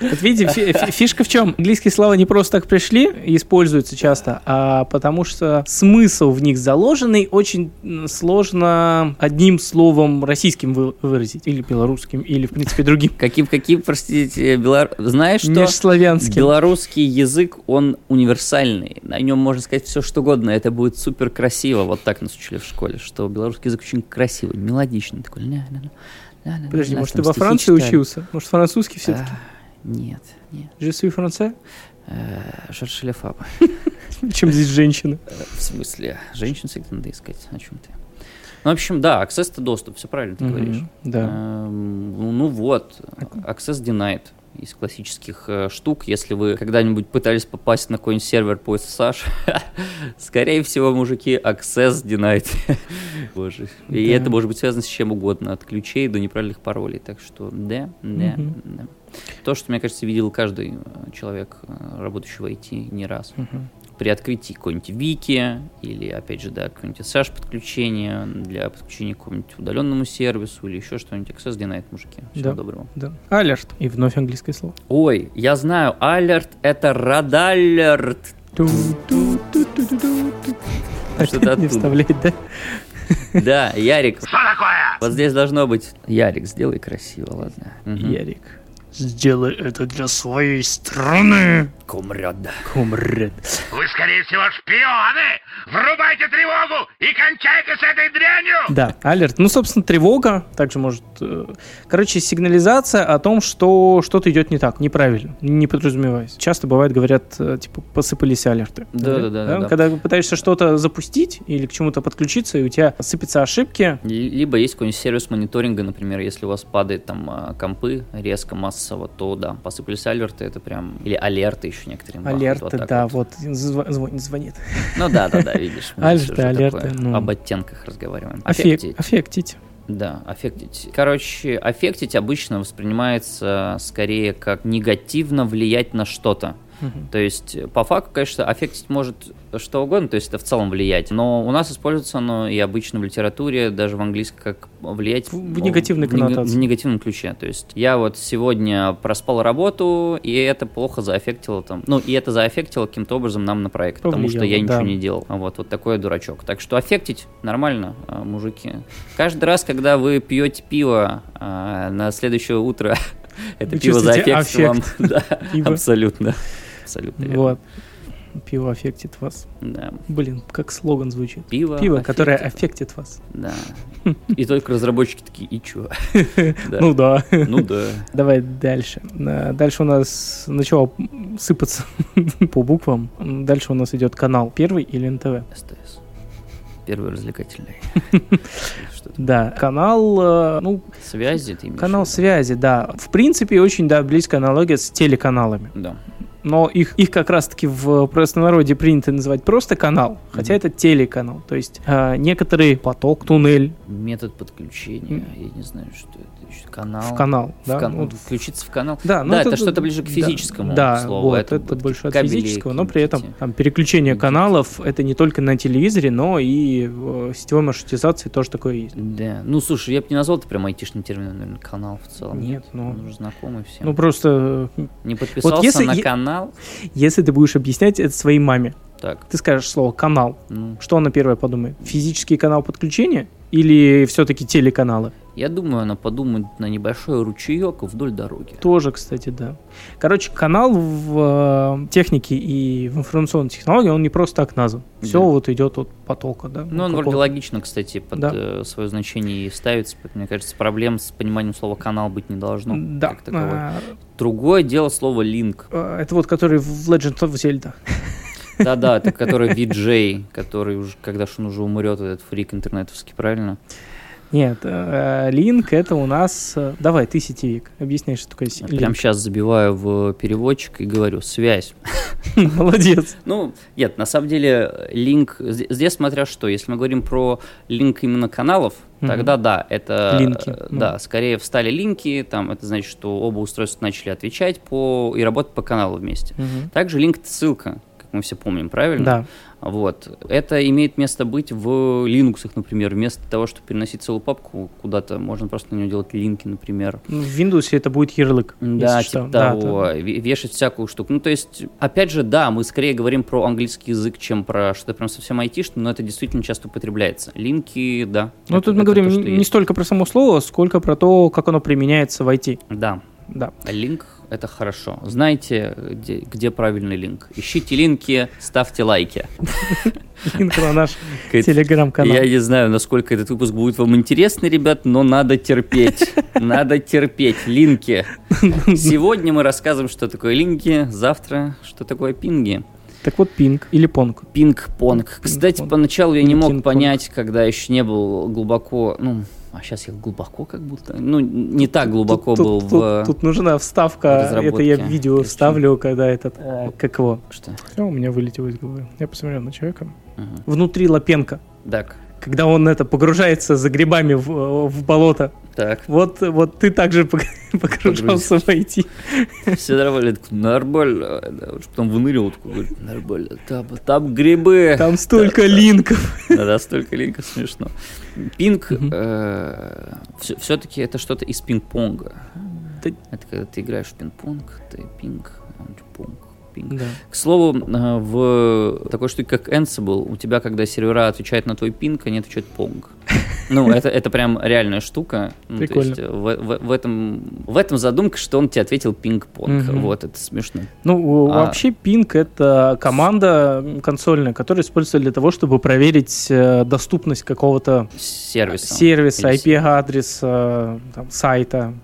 S3: Вот видите, фи- фи- фишка в чем? Английские слова не просто так пришли и используются часто, а потому что смысл в них заложенный очень м, сложно одним словом российским вы- выразить, или белорусским, или, в принципе, другим.
S4: Каким-каким, простите, белор... знаешь что?
S3: Межславянским.
S4: Белорусский язык, он универсальный. На нем можно сказать все, что угодно. Это будет супер красиво. Вот так нас учили в школе, что белорусский язык очень красивый, мелодичный. Такой, ля-ля-ля, ля-ля-ля,
S3: Подожди,
S4: там
S3: может, ты во
S4: стихи
S3: Франции
S4: читали.
S3: учился? Может, французский все-таки?
S4: А, Нет, нет.
S3: Je suis français?
S4: Э, Шаршеля Фаба.
S3: Чем здесь женщина?
S4: Э, В смысле, женщин всегда надо искать. О чем ты? Ну, в общем, да, аксесс это доступ, все правильно ты говоришь.
S3: Мгм, Да.
S4: Эм, ну, ну вот, Access Denied из классических э, штук. Если вы когда-нибудь пытались попасть на какой-нибудь сервер по SSH, скорее всего, мужики, Access Denied. Боже. И
S3: Да.
S4: это может быть связано с чем угодно, от ключей до неправильных паролей. Так что да, да,
S3: Мгм.
S4: да. То, что, мне кажется, видел каждый э, человек, э, работающий в IT, не раз.
S3: Мгм.
S4: При открытии какой-нибудь вики или, опять же, да, какой-нибудь SSH подключения для подключения к какому-нибудь удаленному сервису или еще что-нибудь, Access Denied, мужики. Всего
S3: Да.
S4: доброго.
S3: Да. Алерт. И вновь английское слово.
S4: Ой, я знаю, алерт — это радалерт.
S3: Ту-ту-ту-ту-ту-ту.
S4: Что-то
S3: Опять А не
S4: оттуда.
S3: вставлять, да?
S4: Да, Ярик.
S2: Что такое?
S4: Вот здесь должно быть. Ярик, сделай красиво, ладно. Мгм.
S3: Ярик.
S6: Сделай это для своей страны.
S4: Комрад.
S3: Комрад.
S2: Вы, скорее всего, шпионы! Врубайте тревогу и кончайте с этой дрянью!
S3: Да, алерт. Ну, собственно, тревога также может... э, Короче, сигнализация о том, что что-то идет не так, неправильно, не подразумеваясь. Часто бывает, говорят, э, типа, посыпались алерты.
S4: Да-да-да, да.
S3: Когда пытаешься что-то запустить или к чему-то подключиться, и у тебя сыпятся ошибки,
S4: Л- Либо есть какой-нибудь сервис мониторинга, например, если у вас падает там а, компы резко, массово, то да, посыпались алерты, это прям... Или алерты еще некоторые. бахают, вот
S3: алерты,
S4: так
S3: да,
S4: вот.
S3: вот, зв- звонит, звонит.
S4: Ну да, да, да, видишь. мы
S3: Альф,
S4: всё
S3: да,
S4: же
S3: алерты,
S4: такое.
S3: ну. а-
S4: Об оттенках разговариваем.
S3: Аффек- Аффектить.
S4: Да, аффектить. Короче, аффектить обычно воспринимается скорее как негативно влиять на что-то.
S3: Мгм.
S4: То есть, по факту, конечно, аффектить может что угодно, то есть это в целом влиять. Но у нас используется оно и обычно в литературе, даже в английском, как влиять...
S3: В- в негативной
S4: в нег-
S3: коннотации.
S4: В негативном ключе. То есть, я вот сегодня проспал работу, и это плохо зааффектило там... Ну, и это зааффектило каким-то образом нам на проект, потому что я
S3: Повлияло,
S4: ничего
S3: да.
S4: не делал. А Вот, вот такой я дурачок. Так что аффектить нормально, а, мужики. Каждый раз, когда вы пьете пиво а, на следующее утро, это
S3: Вы
S4: пиво
S3: чувствуете
S4: зааффектит вам. Да,
S3: Ибо-
S4: абсолютно. Абсолютно. верно.
S3: Вот. Пиво аффектит вас.
S4: Да.
S3: Блин, как слоган звучит.
S4: Пиво.
S3: Пиво, которое
S4: аффектит.
S3: аффектит вас.
S4: Да. И только разработчики такие, и чё? Да.
S3: Ну да.
S4: Ну да.
S3: Давай дальше. А, Дальше у нас начало м, сыпаться по буквам. М, Дальше у нас идет канал первый или НТВ.
S4: СТС. Первый развлекательный. Что там?
S3: Да, канал, э, ну,
S4: Связи ты имеешь
S3: канал
S4: в виду?
S3: связи, да. В принципе, очень, да, близкая аналогия с телеканалами.
S4: Да.
S3: Но их, их как раз-таки в простонародье принято называть просто канал, хотя
S4: Мгм.
S3: это телеканал. То есть э, некоторый поток, туннель,
S4: Метод подключения. Я не знаю, что это. Ещё Канал.
S3: в канал.
S4: А, В
S3: да?
S4: кан-
S3: Ну, вот
S4: Включиться в канал.
S3: Да, ну
S4: Да, это что-то ближе к физическому
S3: Да,
S4: слову,
S3: вот,
S4: это
S3: это,
S4: вот
S3: больше от
S4: кабели
S3: физического, но при этом
S4: какие-нибудь
S3: там, переключение
S4: эти.
S3: каналов это не только на телевизоре, но и в э, сетевой маршрутизации тоже такое есть.
S4: Да. Ну, слушай, я бы не назвал это прям айтишным термином, наверное, канал в целом.
S3: Нет, ну-
S4: Он уже знакомый всем.
S3: Ну просто, э,
S4: не подписался
S3: если
S4: на
S3: е-
S4: канал.
S3: если ты будешь объяснять это своей маме,
S4: Так,
S3: ты скажешь слово канал,
S4: ну,
S3: что она первая подумает? Физический канал подключения или все-таки телеканалы?
S4: я думаю, она подумает на небольшой ручеек вдоль дороги.
S3: Тоже, кстати, да. Короче, канал в э, технике и в информационной технологии он не просто так назван. Все
S4: Да.
S3: вот идет от потока, да.
S4: Ну, он
S3: какого-
S4: вроде логично, кстати, под
S3: Да.
S4: э, свое значение и ставится. поэтому, мне кажется, проблем с пониманием слова канал быть не должно.
S3: да.
S4: как таковой.
S3: А,
S4: Другое дело слово линк.
S3: Э, Это вот который в Legend of Zelda.
S4: Да-да, это который VJ, который уже, когда ж он уже умрет, этот фрик интернетовский, правильно?
S3: Нет, э, Link это у нас... э, Давай, ты сетевик. Объясняй, что такое
S4: Я
S3: сетевик.
S4: Прям сейчас забиваю в переводчик и говорю «связь».
S3: Молодец.
S4: Ну, нет, на самом деле, линк... зд- Здесь смотря что, если мы говорим про линк именно каналов,
S3: Мгм.
S4: тогда да, это...
S3: Линки,
S4: э,
S3: ну.
S4: Да, скорее встали линки, там, это значит, что оба устройства начали отвечать по и работать по каналу вместе. Также линк — это ссылка, как мы все помним, правильно?
S3: Да.
S4: Вот. Это имеет место быть в Linux, например. Вместо того, чтобы переносить целую папку куда-то, можно просто на нее делать линки, например.
S3: Ну, В Windows это будет ярлык.
S4: Да,
S3: если
S4: типа
S3: что. Да,
S4: того,
S3: да.
S4: ве- вешать всякую штуку. Ну, то есть, опять же, да, мы скорее говорим про английский язык, чем про что-то прям совсем айтишное, но это действительно часто употребляется. Линки, да.
S3: Ну,
S4: это-
S3: тут мы
S4: это
S3: говорим
S4: то, что
S3: не не
S4: есть.
S3: столько про само слово, сколько про то, как оно применяется в IT.
S4: Да,
S3: Да.
S4: линк — это хорошо. Знаете, где, где правильный линк? Ищите линки, ставьте лайки.
S3: Линк на наш
S4: Кэт, Я
S3: телеграм-канал.
S4: не знаю, насколько этот выпуск будет вам интересный, ребят, но надо терпеть. Надо терпеть. Линки. Сегодня мы рассказываем, что такое линки, завтра, что такое пинги.
S3: Так вот, пинг или понг.
S4: Пинг-понг. Кстати,
S3: Пинг-понг.
S4: поначалу я не мог
S3: Пинг-понг.
S4: понять, когда еще не был глубоко, ну, а сейчас я глубоко как будто, ну, не так глубоко
S3: Тут-
S4: был
S3: тут-
S4: в... э,
S3: Тут нужна вставка. Это я в
S4: разработке.
S3: видео
S4: Короче.
S3: вставлю, когда этот... э, Как его?
S4: Что?
S3: Все, у меня вылетело из головы. Я посмотрел на человека.
S4: Мгм.
S3: Внутри Лапенко.
S4: Так,
S3: когда он это погружается за грибами в, в болото.
S4: так,
S3: Вот, вот ты также пог- погружался в IT.
S4: все нормально, Я такой, нормально, Да, вот потом выныривал, такой, говорю, нормально, там, там грибы,
S3: Там столько линков.
S4: Да, столько линков смешно. Пинг
S3: Мгм.
S4: все-таки это что-то из пинг-понга.
S3: Да.
S4: Это когда ты играешь в пинг-понг, ты пинг, а, понг, пинг. К слову, э, в такой штуке, как Ansible, у тебя, когда сервера отвечают на твой пинг, они отвечают понг. Ну, это, это прям реальная штука. Ну, то есть,
S3: Прикольно.
S4: э, в, в- в этом, в этом задумка, что он тебе ответил пинг-понг.
S3: Мгм.
S4: Вот, это смешно.
S3: Ну,
S4: А.
S3: вообще, Ping — это команда консольная, которая используется для того, чтобы проверить э, доступность какого-то
S4: Сервис.
S3: сервиса,
S4: Или
S3: IP-адреса, там, сайта,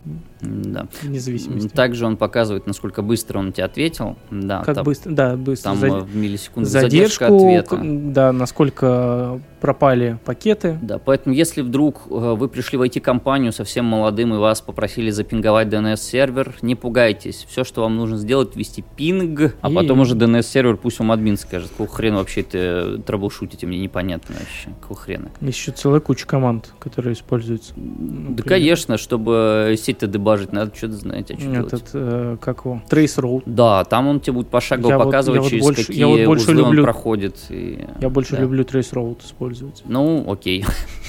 S4: Да.
S3: вне зависимости.
S4: Также он показывает, насколько быстро он тебе ответил. Да,
S3: Как
S4: там-
S3: быстро, да, быстро.
S4: Там
S3: за-
S4: э, в миллисекунду задержка
S3: Задержку,
S4: ответа.
S3: к- да, насколько пропали пакеты.
S4: Да, поэтому если вдруг э, вы пришли в IT-компанию совсем молодым и вас попросили запинговать DNS-сервер, не пугайтесь. Все, что вам нужно сделать, ввести пинг, а
S3: И-
S4: потом уже DNS-сервер, пусть вам админ скажет, какого хрена вообще это трэблшутите, мне непонятно вообще, какого хрена.
S3: Еще целая куча команд, которые используются.
S4: да,
S3: Например.
S4: конечно, чтобы сеть-то дебажить, надо что-то знать, а что делать.
S3: Этот, э, как его, Trace Road.
S4: Да, там он тебе будет пошагово
S3: Я вот- я
S4: показывать,
S3: вот
S4: через
S3: больше- я
S4: какие
S3: вот больше
S4: узлы
S3: люблю-
S4: он проходит. и-
S3: Я больше
S4: Да.
S3: люблю Trace Road использовать.
S4: Ну, окей.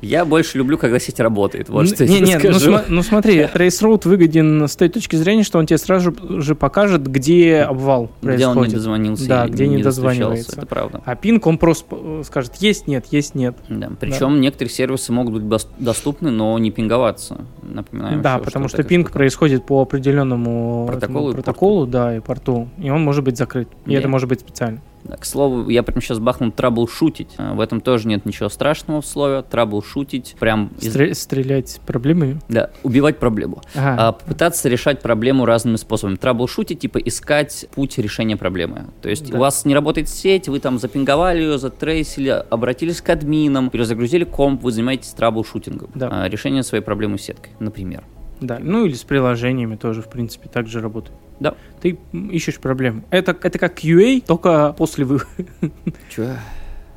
S4: Я больше люблю, когда сеть работает. Вот
S3: Н-
S4: что я
S3: не,
S4: тебе
S3: не, ну,
S4: скажу.
S3: сма- ну смотри, Trace Road выгоден с той точки зрения, что он тебе сразу же- же покажет, где обвал
S4: Где он не
S3: происходит.
S4: дозвонился
S3: Да,
S4: или
S3: где не
S4: достучался,
S3: дозванивается.
S4: Это правда.
S3: а пинг, он просто э, скажет, есть, нет, есть, нет.
S4: Да. Причем некоторые сервисы могут быть дос- доступны, но не пинговаться. Напоминаем.
S3: да,
S4: еще,
S3: потому что
S4: такая
S3: пинг
S4: штука.
S3: происходит по определенному этому
S4: Протоколу и
S3: протоколу, да, и порту. И он может быть закрыт. И
S4: Да.
S3: это может быть специально.
S4: Да, К слову, я прям сейчас бахнул траблшутить. А, В этом тоже нет ничего страшного в слове. Траблшутить прям... из-
S3: Стре- стрелять проблемами.
S4: Да, убивать проблему.
S3: Ага.
S4: А, попытаться решать проблему разными способами. Траблшутить, типа искать путь решения проблемы. То есть
S3: Да.
S4: у вас не работает сеть, вы там запинговали ее, затрейсили, обратились к админам, перезагрузили комп, вы занимаетесь траблшутингом.
S3: Да.
S4: А, решение своей проблемы с сеткой, например.
S3: Да, ну или с приложениями тоже, в принципе, так же работает.
S4: Да.
S3: Ты м, ищешь проблемы. Это, это как QA, только после вы...
S4: Чё?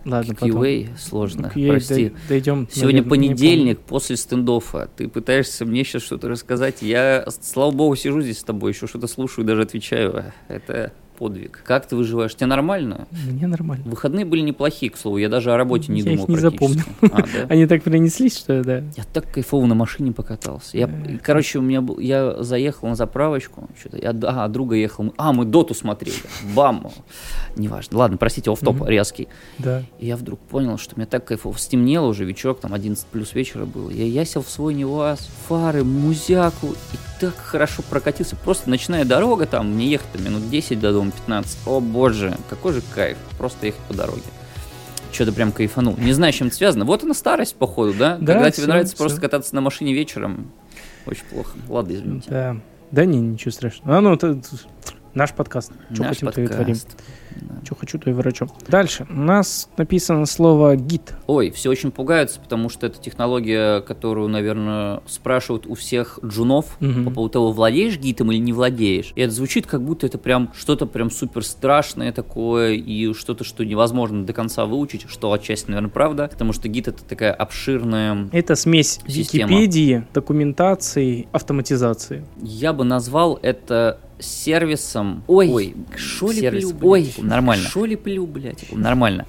S3: Ладно, потом.
S4: QA сложно,
S3: К QA
S4: прости.
S3: дой- дойдем.
S4: Сегодня
S3: наверное, не помню.
S4: понедельник после стендофа. Ты пытаешься мне сейчас что-то рассказать. Я, слава богу, сижу здесь с тобой, еще что-то слушаю, даже отвечаю. А, Это подвиг. Как ты выживаешь? Тебе нормально?
S3: Мне нормально.
S4: Выходные были неплохие, к слову. Я даже о работе не
S3: Я
S4: думал
S3: их не запомнил.
S4: практически. А, да?
S3: Они так принеслись, что да.
S4: Я так кайфово на машине покатался. Я,
S3: Э.
S4: короче, у меня был, я заехал на заправочку, что-то, я, а, друга ехал, а, мы Доту смотрели, бам, неважно. Ладно, простите, офф-топ
S3: Мгм.
S4: резкий.
S3: Да.
S4: И я вдруг понял, что мне так кайфово. Стемнело уже, вечерок, там 11 плюс вечера было. Я, я сел в свой Неваз, фары, музяку, и так хорошо прокатился. Просто ночная дорога там, мне ехать там минут 10 до дома, 15. О боже, какой же кайф, просто ехать по дороге. Что-то прям кайфанул. Не знаю, с чем это связано. Вот она старость, походу, да?
S3: Да,
S4: Когда тебе
S3: всё,
S4: нравится просто
S3: всё.
S4: кататься на машине вечером, очень плохо. Ладно, извините.
S3: Да. Да не, ничего страшного. А ну, это наш подкаст. Что
S4: Наш
S3: хотим, то и творим.
S4: подкаст. Да.
S3: Что хочу, то и врачом. Дальше. У нас написано слово гид.
S4: Ой, все очень пугаются, потому что это технология, которую, наверное, спрашивают у всех джунов
S3: Мгм.
S4: по поводу того, владеешь гитом или не владеешь. И это звучит, как будто это прям что-то прям супер страшное такое и что-то, что невозможно до конца выучить, что отчасти, наверное, правда, потому что гид это такая обширная...
S3: Это смесь
S4: Система.
S3: Википедии, документации, автоматизации.
S4: Я бы назвал это сервисом... Ой,
S7: шо ли
S4: сервис,
S7: плю, блядь?
S4: Ой, нормально.
S7: Шо ли плю, блядь?
S4: Нормально.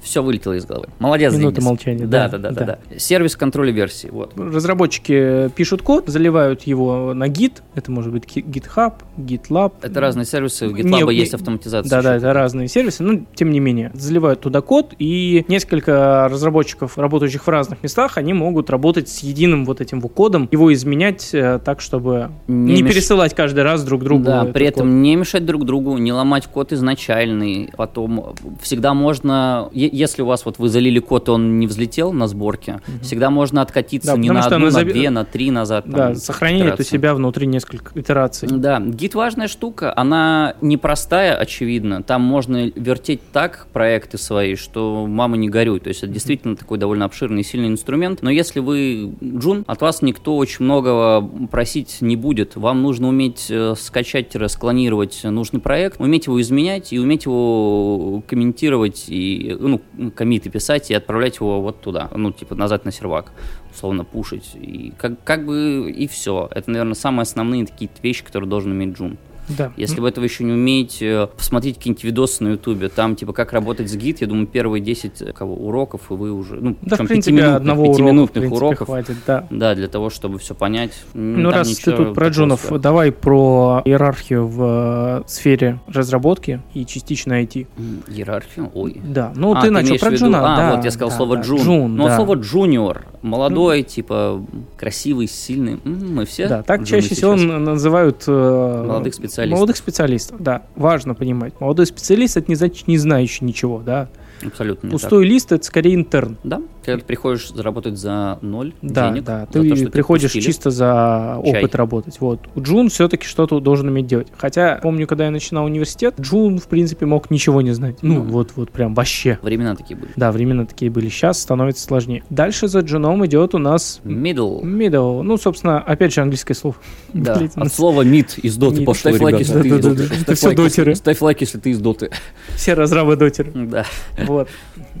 S4: все вылетело из головы. Молодец,
S3: Минута
S4: Денис.
S3: молчания,
S4: Да,
S3: да,
S4: да, да, да, да. Сервис контроля версии, вот.
S3: Разработчики пишут код, заливают его на гид. Это может быть ки- GitHub, GitLab.
S4: Это разные сервисы, у
S3: Не,
S4: GitLab
S3: не-
S4: есть автоматизация.
S3: Да, да,
S4: еще.
S3: это разные сервисы, но тем не менее, заливают туда код, и несколько разработчиков, работающих в разных местах, они могут работать с единым вот этим вот кодом, его изменять э, так, чтобы не,
S4: меш-
S3: пересылать каждый раз друг другу.
S4: Да,
S3: этот
S4: при этом
S3: код.
S4: не мешать друг другу, не ломать код изначальный. Потом всегда можно, е- если у вас вот вы залили код, и он не взлетел на сборке, всегда можно откатиться
S3: Да,
S4: не
S3: потому
S4: на
S3: что
S4: одну, на
S3: она заби-
S4: две, на три назад. там,
S3: Да, сохраняет у
S4: итерации. Ну,
S3: себя внутри несколько итераций.
S4: Да, гид важная штука, она непростая, очевидно. Там можно вертеть так проекты свои, что мама не горюй. То есть это действительно такой довольно обширный и сильный инструмент. Но если вы джун, от вас никто очень многого просить не будет. Вам нужно уметь э, скачать, расклонировать нужный проект, уметь его изменять и уметь его комментировать и ну, комиты писать и отправлять его вот туда, ну типа назад на сервак условно пушить. И как, как бы и все. Это, наверное, самые основные такие вещи, которые должен уметь Джун.
S3: Да.
S4: Если вы этого еще не умеете, э, посмотрите какие-нибудь видосы на Ютубе. Там, типа, как работать с гид, я думаю, первые 10 э, кого, уроков, и вы уже... Ну,
S3: Да,
S4: причем
S3: в принципе,
S4: пятиминутных-
S3: одного урока, в
S4: пятиминутных
S3: принципе,
S4: уроков.
S3: хватит, да.
S4: Да, для того, чтобы все понять. М,
S3: Ну,
S4: там
S3: раз
S4: ничего
S3: ты тут про
S4: такого
S3: джунов,
S4: сверх-
S3: давай про иерархию в э, сфере разработки и частично IT.
S4: М, Иерархию? Ой.
S3: Да, ну
S4: А,
S3: ты начал
S4: имеешь
S3: про
S4: в виду-
S3: джуна.
S4: А,
S3: да,
S4: вот я сказал
S3: да,
S4: слово
S3: да,
S4: джун.
S3: Джун,
S4: Ну, а
S3: да. Ну,
S4: слово джуниор. Молодой, типа, красивый, сильный. М, Мы все
S3: Да, так
S4: джуны
S3: чаще всего
S4: сейчас.
S3: н- называют э,
S4: Молодых специалистов.
S3: Молодых специалистов, да. Важно понимать. Молодой специалист это не значит не знающий ничего, да.
S4: Абсолютно не так.
S3: Пустой лист это скорее интерн.
S4: Да, когда ты приходишь заработать за ноль
S3: Да,
S4: денег.
S3: да.
S4: за
S3: Ты
S4: то, что
S3: приходишь
S4: пустили.
S3: чисто за
S4: Чай.
S3: опыт работать. Вот. У Джун все-таки что-то должен уметь делать. Хотя, помню, когда я начинал университет, Джун, в принципе, мог ничего не знать. Ну,
S4: Ну.
S3: вот, вот прям вообще.
S4: Времена такие были.
S3: Да, времена такие были. Сейчас становится сложнее. Дальше за джуном идет у нас
S4: Middle.
S3: middle. Ну, собственно, опять же, английское слово.
S4: Да,
S3: Блин, у
S4: от
S3: нас
S4: слова мид из доты
S3: Mid.
S4: пошло,
S7: Ставь лайк,
S4: ребята.
S7: если ты из
S3: Да-да-да.
S7: доты.
S3: Это
S7: Ставь
S3: все
S7: лайк, если-
S3: дотеры.
S7: Ставь лайк, если ты из доты.
S3: Все разрабы дотеры.
S4: Да.
S3: Вот.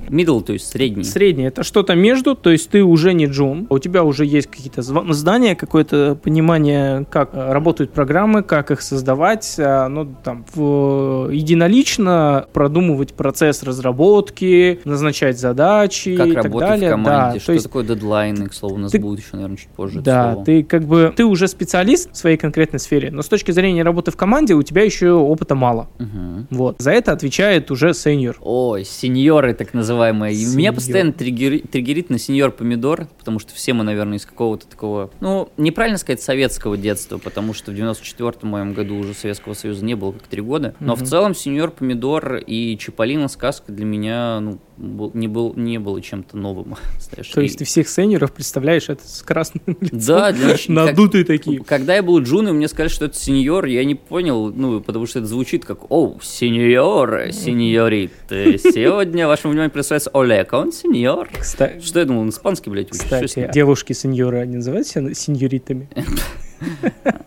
S4: Middle, то есть средний.
S3: Среднее это что-то между, то есть ты уже не джун, а у тебя уже есть какие-то зва- знания, какое-то понимание, как э, работают программы, как их создавать, э, ну там в- э, единолично продумывать процесс разработки, назначать задачи
S4: Как
S3: и так
S4: работать в
S3: далее.
S4: команде,
S3: да,
S4: что
S3: то есть
S4: такое дедлайны, к слову, у нас
S3: ты-
S4: будет еще, наверное, чуть позже. это
S3: да,
S4: слово.
S3: ты как бы ты уже специалист в своей конкретной сфере, но с точки зрения работы в команде у тебя еще опыта мало.
S4: Мгм.
S3: Вот за это отвечает уже сеньор.
S4: Ой, сеньоры так называемые. И Меня
S3: Сеньор.
S4: постоянно триггери- триггерит на сеньор помидор, потому что все мы, наверное, из какого-то такого, ну, неправильно сказать, советского детства, потому что в 94-м моем году уже Советского Союза не было как три года. Но в
S3: Мгм.
S4: целом сеньор помидор и Чиполлино сказка для меня, ну, был- не, был, не было чем-то новым. знаешь.
S3: То есть ты
S4: И-
S3: всех сеньоров представляешь это с красным
S4: Да, для нач- Ну, как-
S3: надутые такие.
S4: Типа, Когда я был джуном, мне сказали, что это сеньор, я не понял, ну, потому что это звучит как «Оу, сеньор, сеньорит, сегодня вашему вниманию представляется Олег, а он сеньор».
S3: Кста-
S4: Что я думал, он испанский, блядь, учит? Что с
S3: Кстати,
S4: ним?
S3: девушки сеньоры, они называют себя сеньоритами?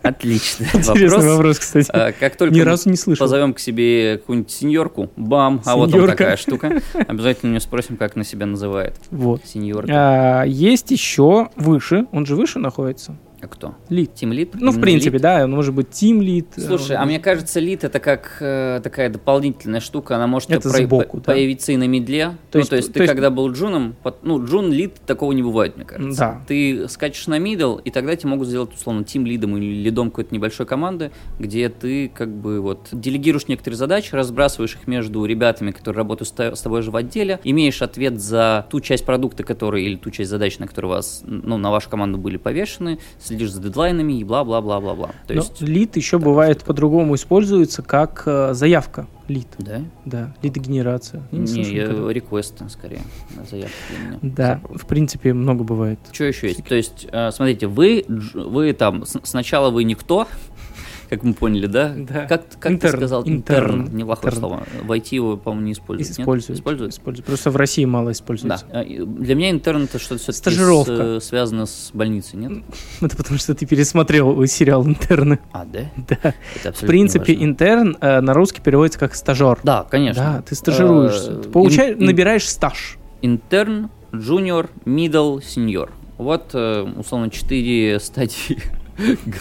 S4: Отлично.
S3: а- Интересный вопрос, кстати.
S4: А, Как только
S3: Ни
S4: мы
S3: разу не слышал.
S4: позовем к себе какую-нибудь сеньорку, бам, а вот там
S3: Сеньорка.
S4: такая штука, обязательно у нее спросим, как она себя называет.
S3: Вот.
S4: Сеньорка.
S3: А, есть еще выше, он же выше находится,
S4: А кто?
S3: лид.
S4: Тим Лид?
S3: Ну, в
S4: Именно
S3: принципе,
S4: Лид?
S3: да, он может быть э, тим лид.
S4: Слушай, а мне кажется, лид это как э, такая дополнительная штука, она может
S3: Это
S4: про-
S3: сбоку,
S4: по-
S3: да.
S4: появиться и на медле.
S3: То
S4: То
S3: есть-
S4: есть, ну, то есть
S3: то
S4: ты
S3: есть-
S4: когда был джуном, под- ну джун лид такого не бывает, мне кажется.
S3: Да.
S4: Ты скачешь на мидл, и тогда тебе могут сделать условно тим лидом или лидом какой-то небольшой команды, где ты как бы вот делегируешь некоторые задачи, разбрасываешь их между ребятами, которые работают с то- с тобой же в отделе, имеешь ответ за ту часть продукта, который или ту часть задач, на которые вас, ну, на вашу команду были повешены, следишь за дедлайнами и бла-бла-бла-бла-бла. То
S3: Но
S4: есть...
S3: лид еще бывает по-другому используется как э, заявка лид,
S4: Да?
S3: да, лидогенерация. Я
S4: Не,
S3: слышал
S4: я
S3: никогда.
S4: реквест, э, скорее, на заявки именно.
S3: Да, в принципе, много бывает.
S4: Что еще есть? То есть, э, смотрите, вы, дж- вы там, с- сначала вы никто, как мы поняли, да?
S3: Да.
S4: Как, как
S3: Интерн,
S4: ты сказал?
S3: интерн,
S4: Неплохое
S3: интерн.
S4: слово. Войти его, по-моему, не используют. нет?
S3: Используют.
S4: Используют?
S3: Используют. Просто в России мало
S4: Да.
S3: используется.
S4: Э, и Для меня интерн это что-то все-таки
S3: Стажировка.
S4: связано с больницей, нет?
S3: Это потому, что ты пересмотрел сериал «Интерны».
S4: А, да?
S3: Да.
S4: Это
S3: В принципе,
S4: интерн...
S3: интерн э, на русский переводится как стажер.
S4: Да, конечно.
S3: Да, ты стажируешься.
S4: Э,
S3: Ты получаешь,
S4: ин- ин-
S3: набираешь стаж.
S4: Интерн, джуниор, мидл, сеньор. Вот, э, условно, четыре стадии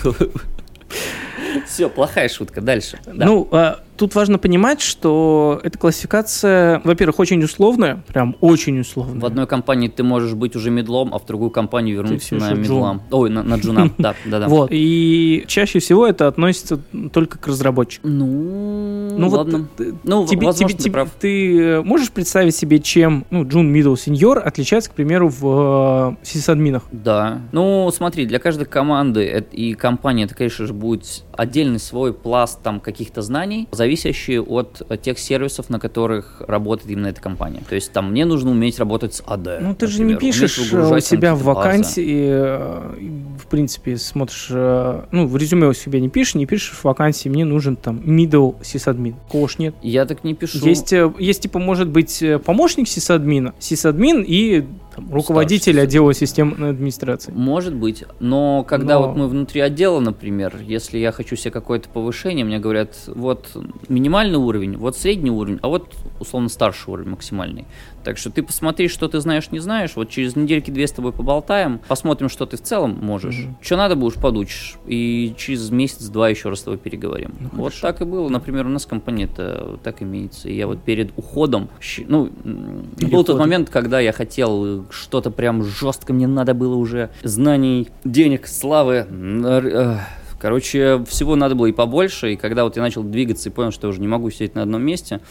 S4: Все, плохая шутка. Дальше. Да.
S3: Ну, э, тут важно понимать, что эта классификация, во-первых, очень условная, прям очень условная.
S4: В одной компании ты можешь быть уже медлом, а в другую компанию вернуться
S3: всё
S4: на
S3: еще
S4: медлам. Ой, на, на джуна. Да, да, да.
S3: Вот. И чаще всего это относится только к разработчикам.
S4: Ну,
S3: Ну
S4: ладно.
S3: вот э,
S4: Ну,
S3: тебе,
S4: возможно,
S3: тебе-
S4: ты
S3: тебе-
S4: прав.
S3: ты, э, можешь представить себе, чем ну, Джун Мидл Сеньор отличается, к примеру, в э, сисадминах?
S4: Да. Ну, смотри, для каждой команды эт- и компании это, конечно же, будет отдельный свой пласт там каких-то знаний, зависящие от э, тех сервисов, на которых работает именно эта компания. То есть там мне нужно уметь работать с AD.
S3: Ну, ты же
S4: например,
S3: не
S4: уметь
S3: пишешь э, у
S4: выгружать
S3: себя
S4: там
S3: в
S4: какие-то базы.
S3: вакансии, э, и, в принципе, смотришь, э, ну, в резюме у себя не пишешь, не пишешь в вакансии, мне нужен там middle сисадмин. Кого ж нет.
S4: Я так не пишу.
S3: Есть, э, есть, типа, может быть, э, помощник сисадмина, сисадмин и там, руководитель
S4: сисадмин.
S3: отдела системной администрации.
S4: Может быть, но когда
S3: Но-
S4: вот мы внутри отдела, например, если я хочу себе какое-то повышение, мне говорят, вот минимальный уровень, вот средний уровень, а вот условно старший уровень максимальный. Так что ты посмотри, что ты знаешь, не знаешь, вот через недельки две с тобой поболтаем, посмотрим, что ты в целом можешь.
S3: Мгм.
S4: Что надо будешь, подучишь, и через месяц-два еще раз с тобой переговорим.
S3: Ну,
S4: вот
S3: хорошо.
S4: так и было, например, у нас компания это так имеется, и я вот перед уходом, щи- ну, м, был тот
S3: Переходом.
S4: момент, когда я хотел э, что-то прям жестко, мне надо было уже знаний, денег, славы. нар- э, Короче, всего надо было и побольше, и когда вот я начал двигаться и понял, что я уже не могу сидеть на одном месте,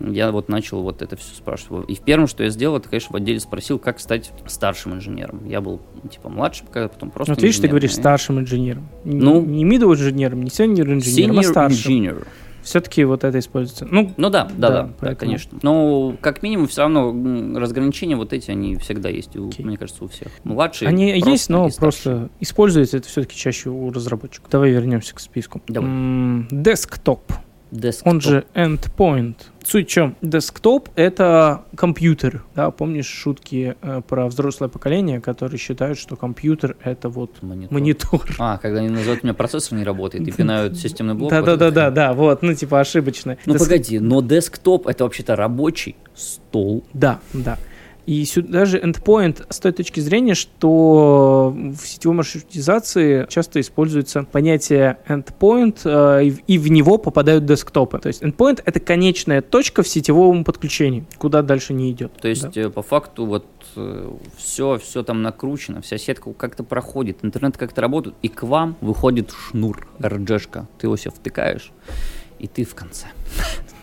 S4: я вот начал вот это все спрашивать. И в первом, что я сделал, это, конечно, в отделе спросил, как стать старшим инженером. Я был, типа, младшим, когда потом просто э,
S3: вот видишь, Ну, ты
S4: инженером.
S3: говоришь
S4: И
S3: старшим инженером. Н-
S4: Ну.
S3: не middle инженером, не senior инженером, а
S4: senior
S3: старшим.
S4: engineer.
S3: Все-таки вот это используется. Ну,
S4: Ну да, да,
S3: Да,
S4: да, да,
S3: поэтому.
S4: конечно. Но как минимум все равно м, разграничения вот эти, они всегда есть, у,
S3: Окей.
S4: мне кажется, у всех. Младшие
S3: они
S4: просто
S3: есть, но
S4: и старшие.
S3: просто используется это все-таки чаще у разработчиков. Давай вернемся к списку.
S4: Давай.
S3: М, Десктоп,
S4: Десктоп.
S3: он же endpoint. Суть в чем? Десктоп — это компьютер. Да, помнишь шутки э, про взрослое поколение, которые считают, что компьютер — это вот
S4: Монитор.
S3: монитор.
S4: А, когда они называют, у меня процессор не работает и пинают системный блок. вот это
S3: Да-да-да-да,
S4: хрень.
S3: да, вот, ну типа ошибочно.
S4: Ну
S3: Деск-
S4: погоди, но десктоп это вообще-то рабочий стол.
S3: Да, да. И сюда же endpoint с той точки зрения, что в сетевой маршрутизации часто используется понятие endpoint, э, и в- и в него попадают десктопы. То есть endpoint — это конечная точка в сетевом подключении, куда дальше не идет.
S4: То есть, э, по факту, вот все, все там накручено, вся сетка как-то проходит, интернет как-то работает, и к вам выходит шнур, РДшка. Ты его себе втыкаешь, и ты в конце.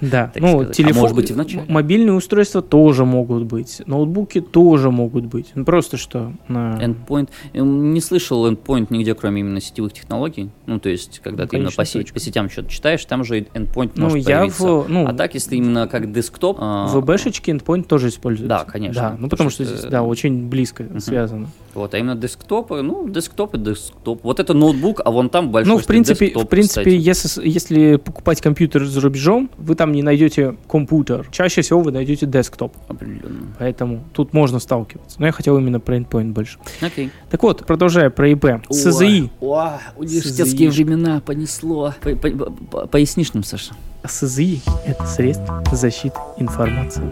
S3: Да,
S4: так
S3: ну,
S4: сказать. А
S3: телефон,
S4: может быть, и в начале.
S3: м- мобильные устройства тоже могут быть, ноутбуки тоже могут быть. Ну, просто что... на-
S4: Endpoint. Эм, Не слышал endpoint нигде, кроме именно сетевых технологий. Ну, то есть, когда
S3: Ну,
S4: ты именно
S3: конечная
S4: по, сеть-
S3: точка.
S4: по сетям что-то читаешь, там же endpoint
S3: Ну,
S4: может
S3: я
S4: появиться.
S3: в... Ну,
S4: А так, если именно как десктоп... а,
S3: в ВБшечке endpoint тоже используется.
S4: Да, конечно.
S3: Да, ну потому что
S4: это-
S3: здесь, да, очень близко связано.
S4: Вот, а именно десктопы, ну, десктоп и десктоп. Вот это ноутбук, а вон там большой
S3: ну, в принципе,
S4: десктоп,
S3: в принципе,
S4: кстати.
S3: если, с- если покупать компьютер за рубежом, вы там не найдете компьютер. Чаще всего вы найдете десктоп.
S4: Определенно.
S3: Поэтому тут можно сталкиваться. Но я хотел именно про endpoint больше.
S4: Окей.
S3: Так вот, продолжая про ИП. СЗИ.
S4: О, университетские
S3: СЗИ.
S4: времена понесло. По- по- по- Пояснишь нам, Саша?
S3: СЗИ — это средство защиты информации.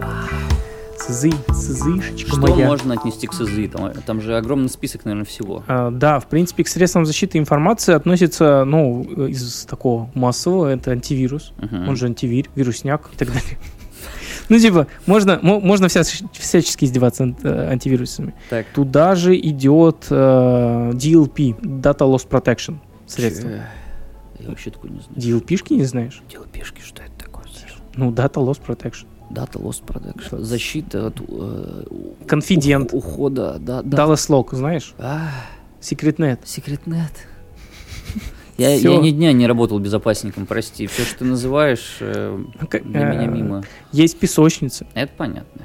S3: СЗИ, СЗИшечка
S4: Что
S3: моя.
S4: можно отнести к СЗИ? Там, э, там же огромный список, наверное, всего.
S3: А, Да, в принципе, к средствам защиты информации относится, ну, из такого массового, это антивирус,
S4: Мгм.
S3: он же антивирь, вирусняк и так далее. Ну, типа, можно, мо- можно вся- всячески издеваться над э, антивирусами.
S4: Так.
S3: Туда же идет э, DLP, Data Loss Protection средство.
S4: Э, Я вообще такой не знаю.
S3: DLP-шки не знаешь?
S4: Дело пешки, что это такое? Саша?
S3: Ну, Data Loss Protection.
S4: Data Loss Protection. Защита от э, у-
S3: Конфидент.
S4: у- ухода. Да, да.
S3: Dallas Lock, знаешь?
S4: А,
S3: Секретнет.
S4: секретнет. Я, я
S3: Всё.
S4: ни дня не работал безопасником, прости. Все, что ты называешь, э,
S3: К-
S4: для меня
S3: э,
S4: мимо.
S3: Есть песочница.
S4: Это понятно.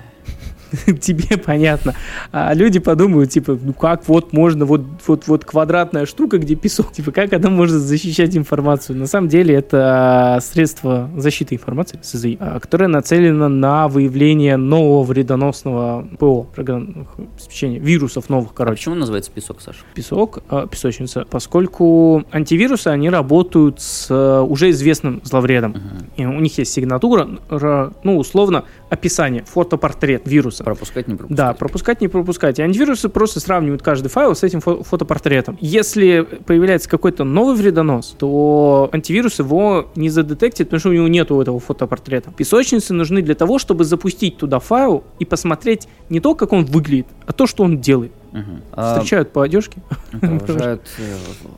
S4: А
S3: тебе понятно. А люди подумают, типа, ну как вот можно, вот, вот, вот квадратная штука, где песок, типа, как она может защищать информацию? На самом деле это средство защиты информации, СЗИ, а, которое нацелено на выявление нового вредоносного ПО, программных обеспечений, вирусов новых,
S4: А
S3: короче
S4: почему он называется песок, Саша?
S3: песок, а, песочница, поскольку антивирусы, они работают с э, уже известным зловредом. И у них есть сигнатура, ра- ну, условно, описание, фотопортрет вируса.
S4: Пропускать не пропускать.
S3: Да, пропускать, не пропускать. И антивирусы просто сравнивают каждый файл с этим фо- фотопортретом. Если появляется какой-то новый вредонос, то антивирус его не задетектит, потому что у него нету этого фотопортрета. Песочницы нужны для того, чтобы запустить туда файл и посмотреть не то, как он выглядит, а то, что он делает.
S4: Мгм. А,
S3: Встречают по одежке.
S4: провожают, э,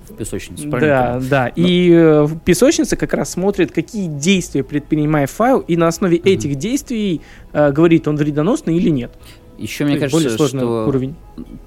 S4: в- в песочницу.
S3: Да,
S4: правильно
S3: да. И э, песочница как раз смотрит, какие действия предпринимает файл, и на основе этих действий э, говорит, он вредоносный или нет.
S4: Еще мне
S3: То есть более
S4: кажется,
S3: сложный
S4: что
S3: уровень.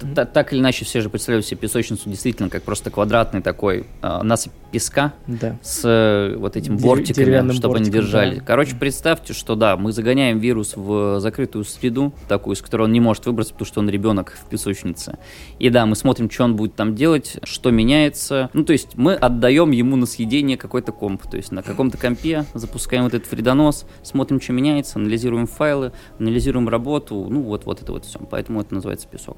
S4: т- т- так или иначе все же представляют себе песочницу действительно как просто квадратный такой э, насыпь песка
S3: Да.
S4: с э, вот этим
S3: Дерев-
S4: бортиками,
S3: деревянным
S4: чтобы они
S3: бортиком,
S4: держали.
S3: да.
S4: Короче, представьте, что да, мы загоняем вирус в закрытую среду, такую, из которой он не может выбраться, потому что он ребенок в песочнице. И да, мы смотрим, что он будет там делать, что меняется. Ну, то есть мы отдаем ему на съедение какой-то комп. То есть на каком-то компе запускаем вот этот вредонос, смотрим, что меняется, анализируем файлы, анализируем работу, ну вот, вот это вот все. Поэтому это называется песок.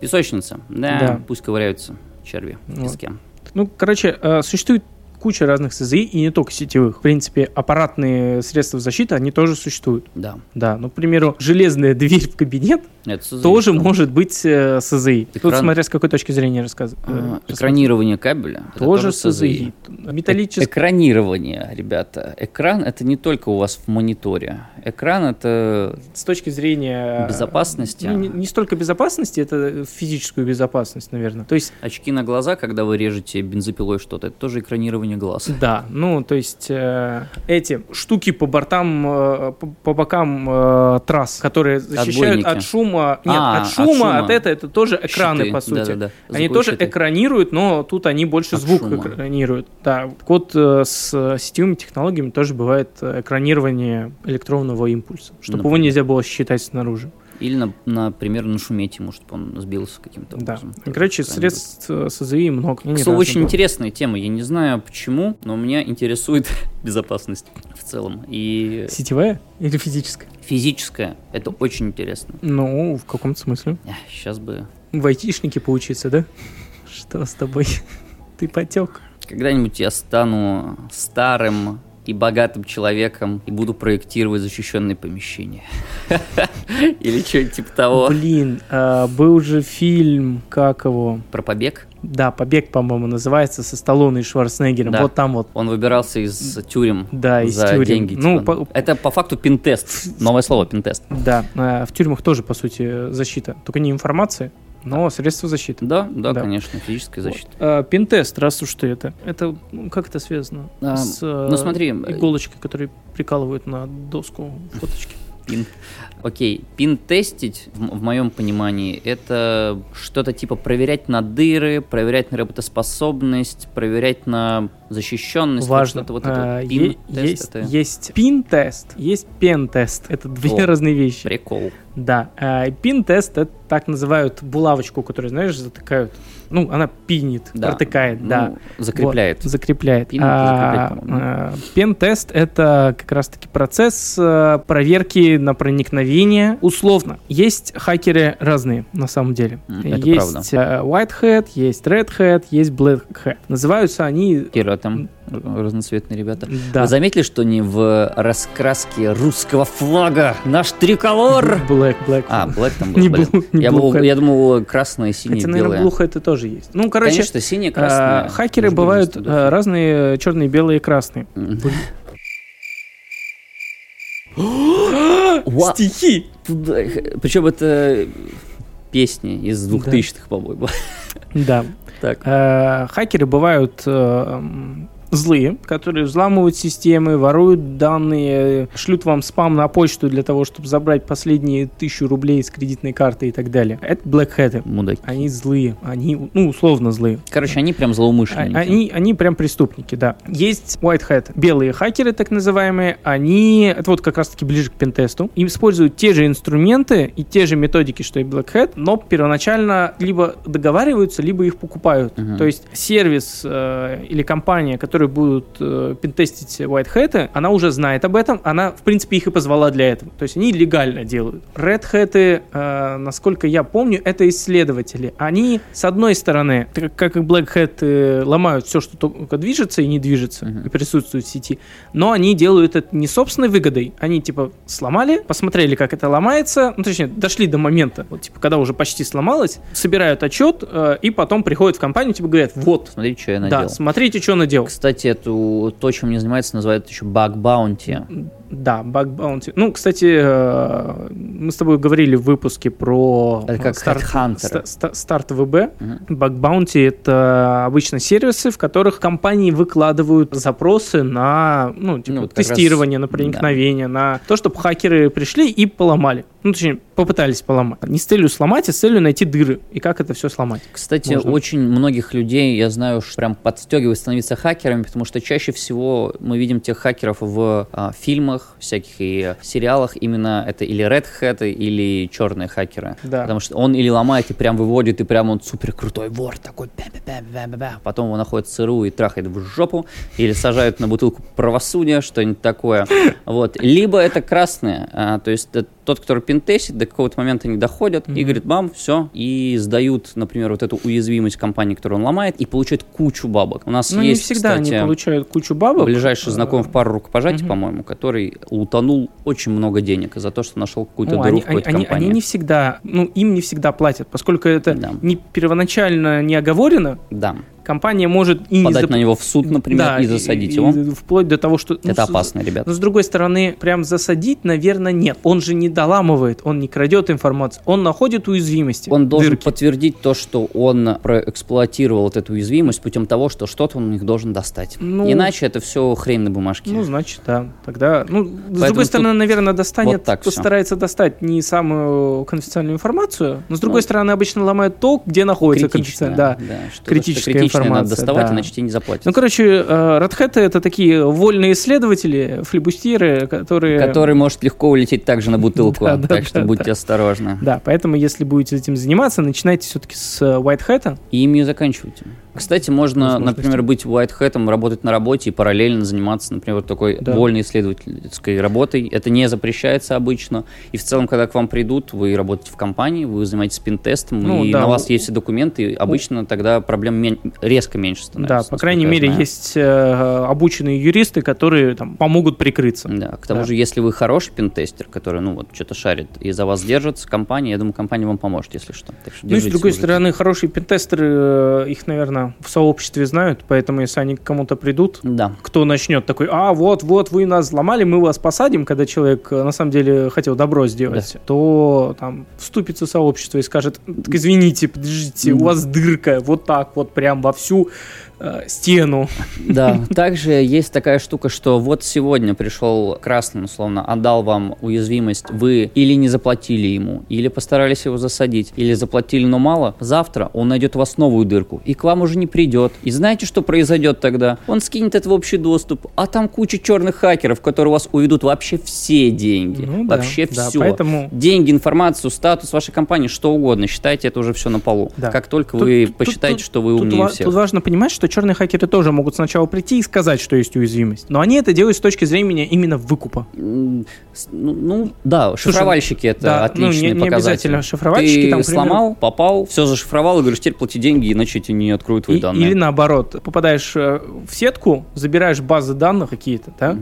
S4: Песочница, да,
S3: Да.
S4: пусть ковыряются черви в
S3: Вот.
S4: песке.
S3: Ну, короче, э, существует куча разных СЗИ, и не только сетевых. В принципе, аппаратные средства защиты, они тоже существуют.
S4: Да,
S3: Да, ну, к примеру, железная дверь в кабинет
S4: это создаёт
S3: тоже
S4: что?
S3: может быть э, СЗИ. Тут
S4: Экран-
S3: смотря с какой точки зрения рассказывать.
S4: А, Экранирование кабеля. это
S3: Э, Тоже
S4: СЗИ. Э,
S3: СЗИ. Металлический.
S4: Экранирование, ребята. Экран это не только у вас в мониторе. Экран это
S3: с точки зрения... э,
S4: Безопасности.
S3: ну, не, не столько безопасности, это физическую безопасность, наверное. То есть,
S4: очки на глаза, когда вы режете бензопилой что-то. Это тоже экранирование глаз.
S3: да, ну, то есть э, эти штуки по бортам, э, по, по бокам э, трасс, которые защищают
S4: Отбойники.
S3: от шума. Нет,
S4: А,
S3: от
S4: от
S3: шума, от,
S4: шума.
S3: это, это тоже экраны,
S4: Щиты,
S3: по сути.
S4: да-да-да,
S3: Они
S4: звуковые
S3: тоже
S4: щиты.
S3: экранируют, но тут они больше
S4: От
S3: звук
S4: шума.
S3: экранируют. Да. Так вот, э, с э, сетевыми технологиями тоже бывает э, экранирование электронного импульса, чтобы его
S4: Например.
S3: нельзя было считать снаружи.
S4: Или, на- например, нашуметь ему, чтобы он сбился каким-то
S3: Да.
S4: образом.
S3: И, Короче,
S4: Экран-
S3: средств э, СЗИ много. Я
S4: К
S3: ни
S4: слову,
S3: разу
S4: очень
S3: не был.
S4: интересная тема. Я не знаю почему, но меня интересует безопасность в целом. И
S3: Сетевая или физическая?
S4: физическая это очень интересно.
S3: Ну, в каком-то смысле.
S4: Сейчас бы
S3: В айтишнике поучиться, да? Что с тобой? Ты потек.
S4: Когда-нибудь я стану старым и богатым человеком и буду проектировать защищенные помещения. Или что-нибудь типа того.
S3: Блин, а, был же фильм, как его?
S4: Про побег.
S3: Да, «Побег», по-моему, называется, со Сталлоне и Шварценеггером.
S4: Да.
S3: Вот там вот.
S4: Он выбирался из тюрем
S3: Да, из
S4: за
S3: тюрем.
S4: деньги.
S3: Ну,
S4: типа.
S3: по-
S4: Это по факту пинтест. Новое слово пинтест.
S3: Да, а, в тюрьмах тоже, по сути, защита. Только не информации, но средства защиты.
S4: Да, да,
S3: Да.
S4: конечно, физическая защита.
S3: Вот. А, Пин-тест, раз уж ты это. Это ну, как это связано?
S4: А,
S3: с э,
S4: ну, смотри, э,
S3: иголочкой, которые прикалывают на доску фоточки.
S4: Пин. Окей, пин-тестить, в, в моем понимании, это что-то типа проверять на дыры, проверять на работоспособность, проверять на защищенность. вот
S3: Важно.
S4: что-то Вот
S3: А,
S4: Ну, это вот.
S3: е-
S4: Пин-тест
S3: Есть
S4: это
S3: есть пин-тест, есть пен-тест. Это две
S4: О,
S3: разные вещи.
S4: прикол.
S3: Да, э, пин-тест это так называют булавочку, которую, знаешь, затыкают. Ну, она пинит,
S4: Да.
S3: протыкает, да.
S4: Ну, закрепляет.
S3: Вот, закрепляет.
S4: Пинг это закреплять, по-моему.
S3: а, пентест это как раз-таки процесс э, проверки на проникновение условно. Есть хакеры разные на самом деле.
S4: М, это
S3: есть э, White Hat, есть Red Hat, есть Black Hat. Называются они...
S4: Кира, там р- разноцветные ребята.
S3: Да.
S4: Вы заметили, что они в раскраске русского флага? Наш триколор!
S3: Black, Black.
S4: А, Black там был,
S3: Не
S4: блин.
S3: Blue- не
S4: я,
S3: Blue
S4: был-
S3: Hat.
S4: я думал, красное, синее,
S3: Хотя,
S4: белое.
S3: наверное, глухо это тоже есть. Ну, короче,
S4: Конечно, синее,
S3: э,
S4: красное.
S3: хакеры
S4: Может быть,
S3: бывают а,
S4: вместо
S3: э,
S4: духов.
S3: разные, черные, белые и красные.
S4: М. Ва-
S3: Стихи!
S4: Туда их- Причем это песни из 2000-х, по-моему.
S3: Да.
S4: Так.
S3: Э, Хакеры бывают э, м, злые, которые взламывают системы, воруют данные, шлют вам спам на почту для того, чтобы забрать последние тысячу рублей с кредитной карты и так далее. Это блэкхеты.
S4: Мудаки.
S3: Они злые, они, ну, условно злые.
S4: Короче, они прям
S3: А-
S4: злоумышленники.
S3: Они, они прям преступники, да. Есть white hat, белые хакеры, так называемые. Они, это вот как раз-таки ближе к пентесту. Им используют те же инструменты и те же методики, что и black hat, но первоначально либо договариваются, либо их покупают.
S4: Мгм.
S3: То есть сервис э, или компания, которые будут э, пентестить white hat, она уже знает об этом, она, в принципе, их и позвала для этого. То есть они легально делают. Red hat, э, насколько я помню, это исследователи. Они, с одной стороны, так как и black hat, э, ломают все, что только движется и не движется,
S4: Мгм.
S3: и присутствует в сети, но они делают это не собственной выгодой. Они, типа, сломали, посмотрели, как это ломается, ну, точнее, дошли до момента, вот, типа, когда уже почти сломалось, собирают отчет э, и потом приходят в компанию, типа, говорят, вот,
S4: Смотри, что я
S3: да,
S4: надел.
S3: смотрите, что наделал.
S4: Кстати, эту, то, чем они занимаются, называют еще баг баунти.
S3: Да, баг баунти. Ну, кстати, э, мы с тобой говорили в выпуске про
S4: Это как
S3: э, старт,
S4: хедхантеры.
S3: ста- ста- старт ВБ.
S4: Мгм.
S3: Баг баунти — это обычно сервисы, в которых компании выкладывают запросы на ну, типа,
S4: Ну, вот как
S3: тестирование,
S4: раз,
S3: на проникновение, на то, чтобы хакеры пришли и поломали. Ну, точнее, попытались поломать. Не с целью сломать, а с целью найти дыры. И как это все сломать.
S4: Кстати,
S3: Можно.
S4: очень многих людей, я знаю, что прям подстегивают становиться хакерами, потому что чаще всего мы видим тех хакеров в а, фильмах всяких и э, сериалах. Именно это или Red Hat, или черные хакеры.
S3: Да.
S4: Потому что он или ломает и прям выводит, и прям он супер крутой вор такой. пя-пя-пя-пя-пя-пя. Потом его находит ЦРУ и трахает в жопу. Или сажают на бутылку правосудия, что-нибудь такое. Вот. Либо это красные. а, то есть это тот, который пинтесит, до какого-то момента не доходят и
S3: Мгм.
S4: говорит, мам, все. И сдают, например, вот эту уязвимость компании, которую он ломает, и получают кучу бабок. У нас
S3: Ну, не
S4: есть,
S3: всегда
S4: кстати,
S3: они получают кучу бабок.
S4: Ближайший знаком в пару рукопожатий,
S3: Мгм.
S4: по-моему, который утонул очень много денег за то, что нашел какую-то
S3: Ну,
S4: дыру
S3: они,
S4: в какой-то
S3: они- они-
S4: компании.
S3: они не всегда, ну, им не всегда платят, поскольку это
S4: Да.
S3: не первоначально не оговорено,
S4: Да.
S3: компания может и не
S4: подать
S3: зап-
S4: на него в суд, например,
S3: Да,
S4: и засадить
S3: и-
S4: его.
S3: и вплоть до того, что... ну,
S4: Это
S3: с-
S4: опасно, ребят.
S3: Но с другой стороны, прям засадить, наверное, нет. Он же не доламывает, он не крадет информацию, он находит уязвимости.
S4: Он должен
S3: дырки.
S4: подтвердить то, что он проэксплуатировал вот эту уязвимость путем того, что что-то он у них должен достать.
S3: Ну,
S4: Иначе это все хрень на бумажке.
S3: Ну, значит, да. Тогда, ну, с
S4: Поэтому
S3: другой стороны, наверное, достанет,
S4: вот так всё.
S3: постарается достать не самую конфиденциальную информацию, но с другой
S4: Ну,
S3: стороны, обычно ломают то, где находится
S4: Критичная,
S3: конфиденциальная. Да.
S4: что-
S3: критическая
S4: что критичное надо
S3: информация,
S4: доставать,
S3: да.
S4: иначе тебе не заплатят.
S3: Ну, короче, Радхэты это такие вольные исследователи, флебустиры, которые...
S4: Который может легко улететь также на бутылку,
S3: Да, да,
S4: так что
S3: да,
S4: будьте осторожны.
S3: Да, поэтому если будете этим заниматься, начинайте все-таки с э, White Hat.
S4: И ими заканчивайте. Кстати, можно,
S3: Возможности.
S4: например, быть white hat, работать на работе и параллельно заниматься, например, вот такой
S3: Да.
S4: вольной исследовательской работой. Это не запрещается обычно. И в целом, когда к вам придут, вы работаете в компании, вы занимаетесь пин-тестом,
S3: Ну,
S4: и
S3: да.
S4: на вас есть все документы, и обычно тогда проблем мен- резко меньше
S3: Да,
S4: становится.
S3: по крайней
S4: насколько
S3: мере,
S4: я знаю.
S3: есть э, обученные юристы, которые там помогут прикрыться.
S4: Да, к тому
S3: Да.
S4: же, если вы хороший пин-тестер, который, ну, вот, что-то шарит и за вас держится, компания, я думаю, компания вам поможет, если что. Так что
S3: Ну и с
S4: держитесь,
S3: другой
S4: мужики.
S3: стороны, хорошие пентестеры, э, их, наверное, в сообществе знают, поэтому если они к кому-то придут,
S4: Да.
S3: кто начнет такой, а вот, вот, вы нас взломали, мы вас посадим, когда человек э, на самом деле хотел добро сделать, то там вступится сообщество и скажет, «Так извините, подождите, у вас дырка вот так вот прям вовсю, э, э, стену.
S4: Да, также есть такая штука, что вот сегодня пришел красным, условно, отдал вам уязвимость, вы или не заплатили ему, или постарались его засадить, или заплатили, но мало, завтра он найдет у вас новую дырку и к вам уже не придет. И знаете, что произойдет тогда? Он скинет это в общий доступ, а там куча черных хакеров, которые у вас уведут вообще все деньги,
S3: Ну да,
S4: вообще
S3: да,
S4: все.
S3: поэтому-
S4: Деньги, информацию, статус вашей компании, что угодно, считайте это уже все на полу.
S3: Да.
S4: Как только
S3: Тут-
S4: вы
S3: тут-
S4: посчитаете,
S3: тут-
S4: что вы
S3: тут
S4: умнее
S3: ва-
S4: всех.
S3: Тут важно понимать, что черные хакеры тоже могут сначала прийти и сказать, что есть уязвимость. Но они это делают с точки зрения именно выкупа.
S4: М, с- Ну, ну, да,
S3: Слушай,
S4: шифровальщики это
S3: да, ну, не-
S4: отличный
S3: не
S4: показатель.
S3: обязательно шифровальщики,
S4: Ты
S3: там, к примеру-
S4: сломал, попал, все зашифровал и говоришь, теперь плати деньги, иначе тебе не откроют твои
S3: И-
S4: данные.
S3: Или наоборот, попадаешь э, в сетку, забираешь базы данных какие-то, да?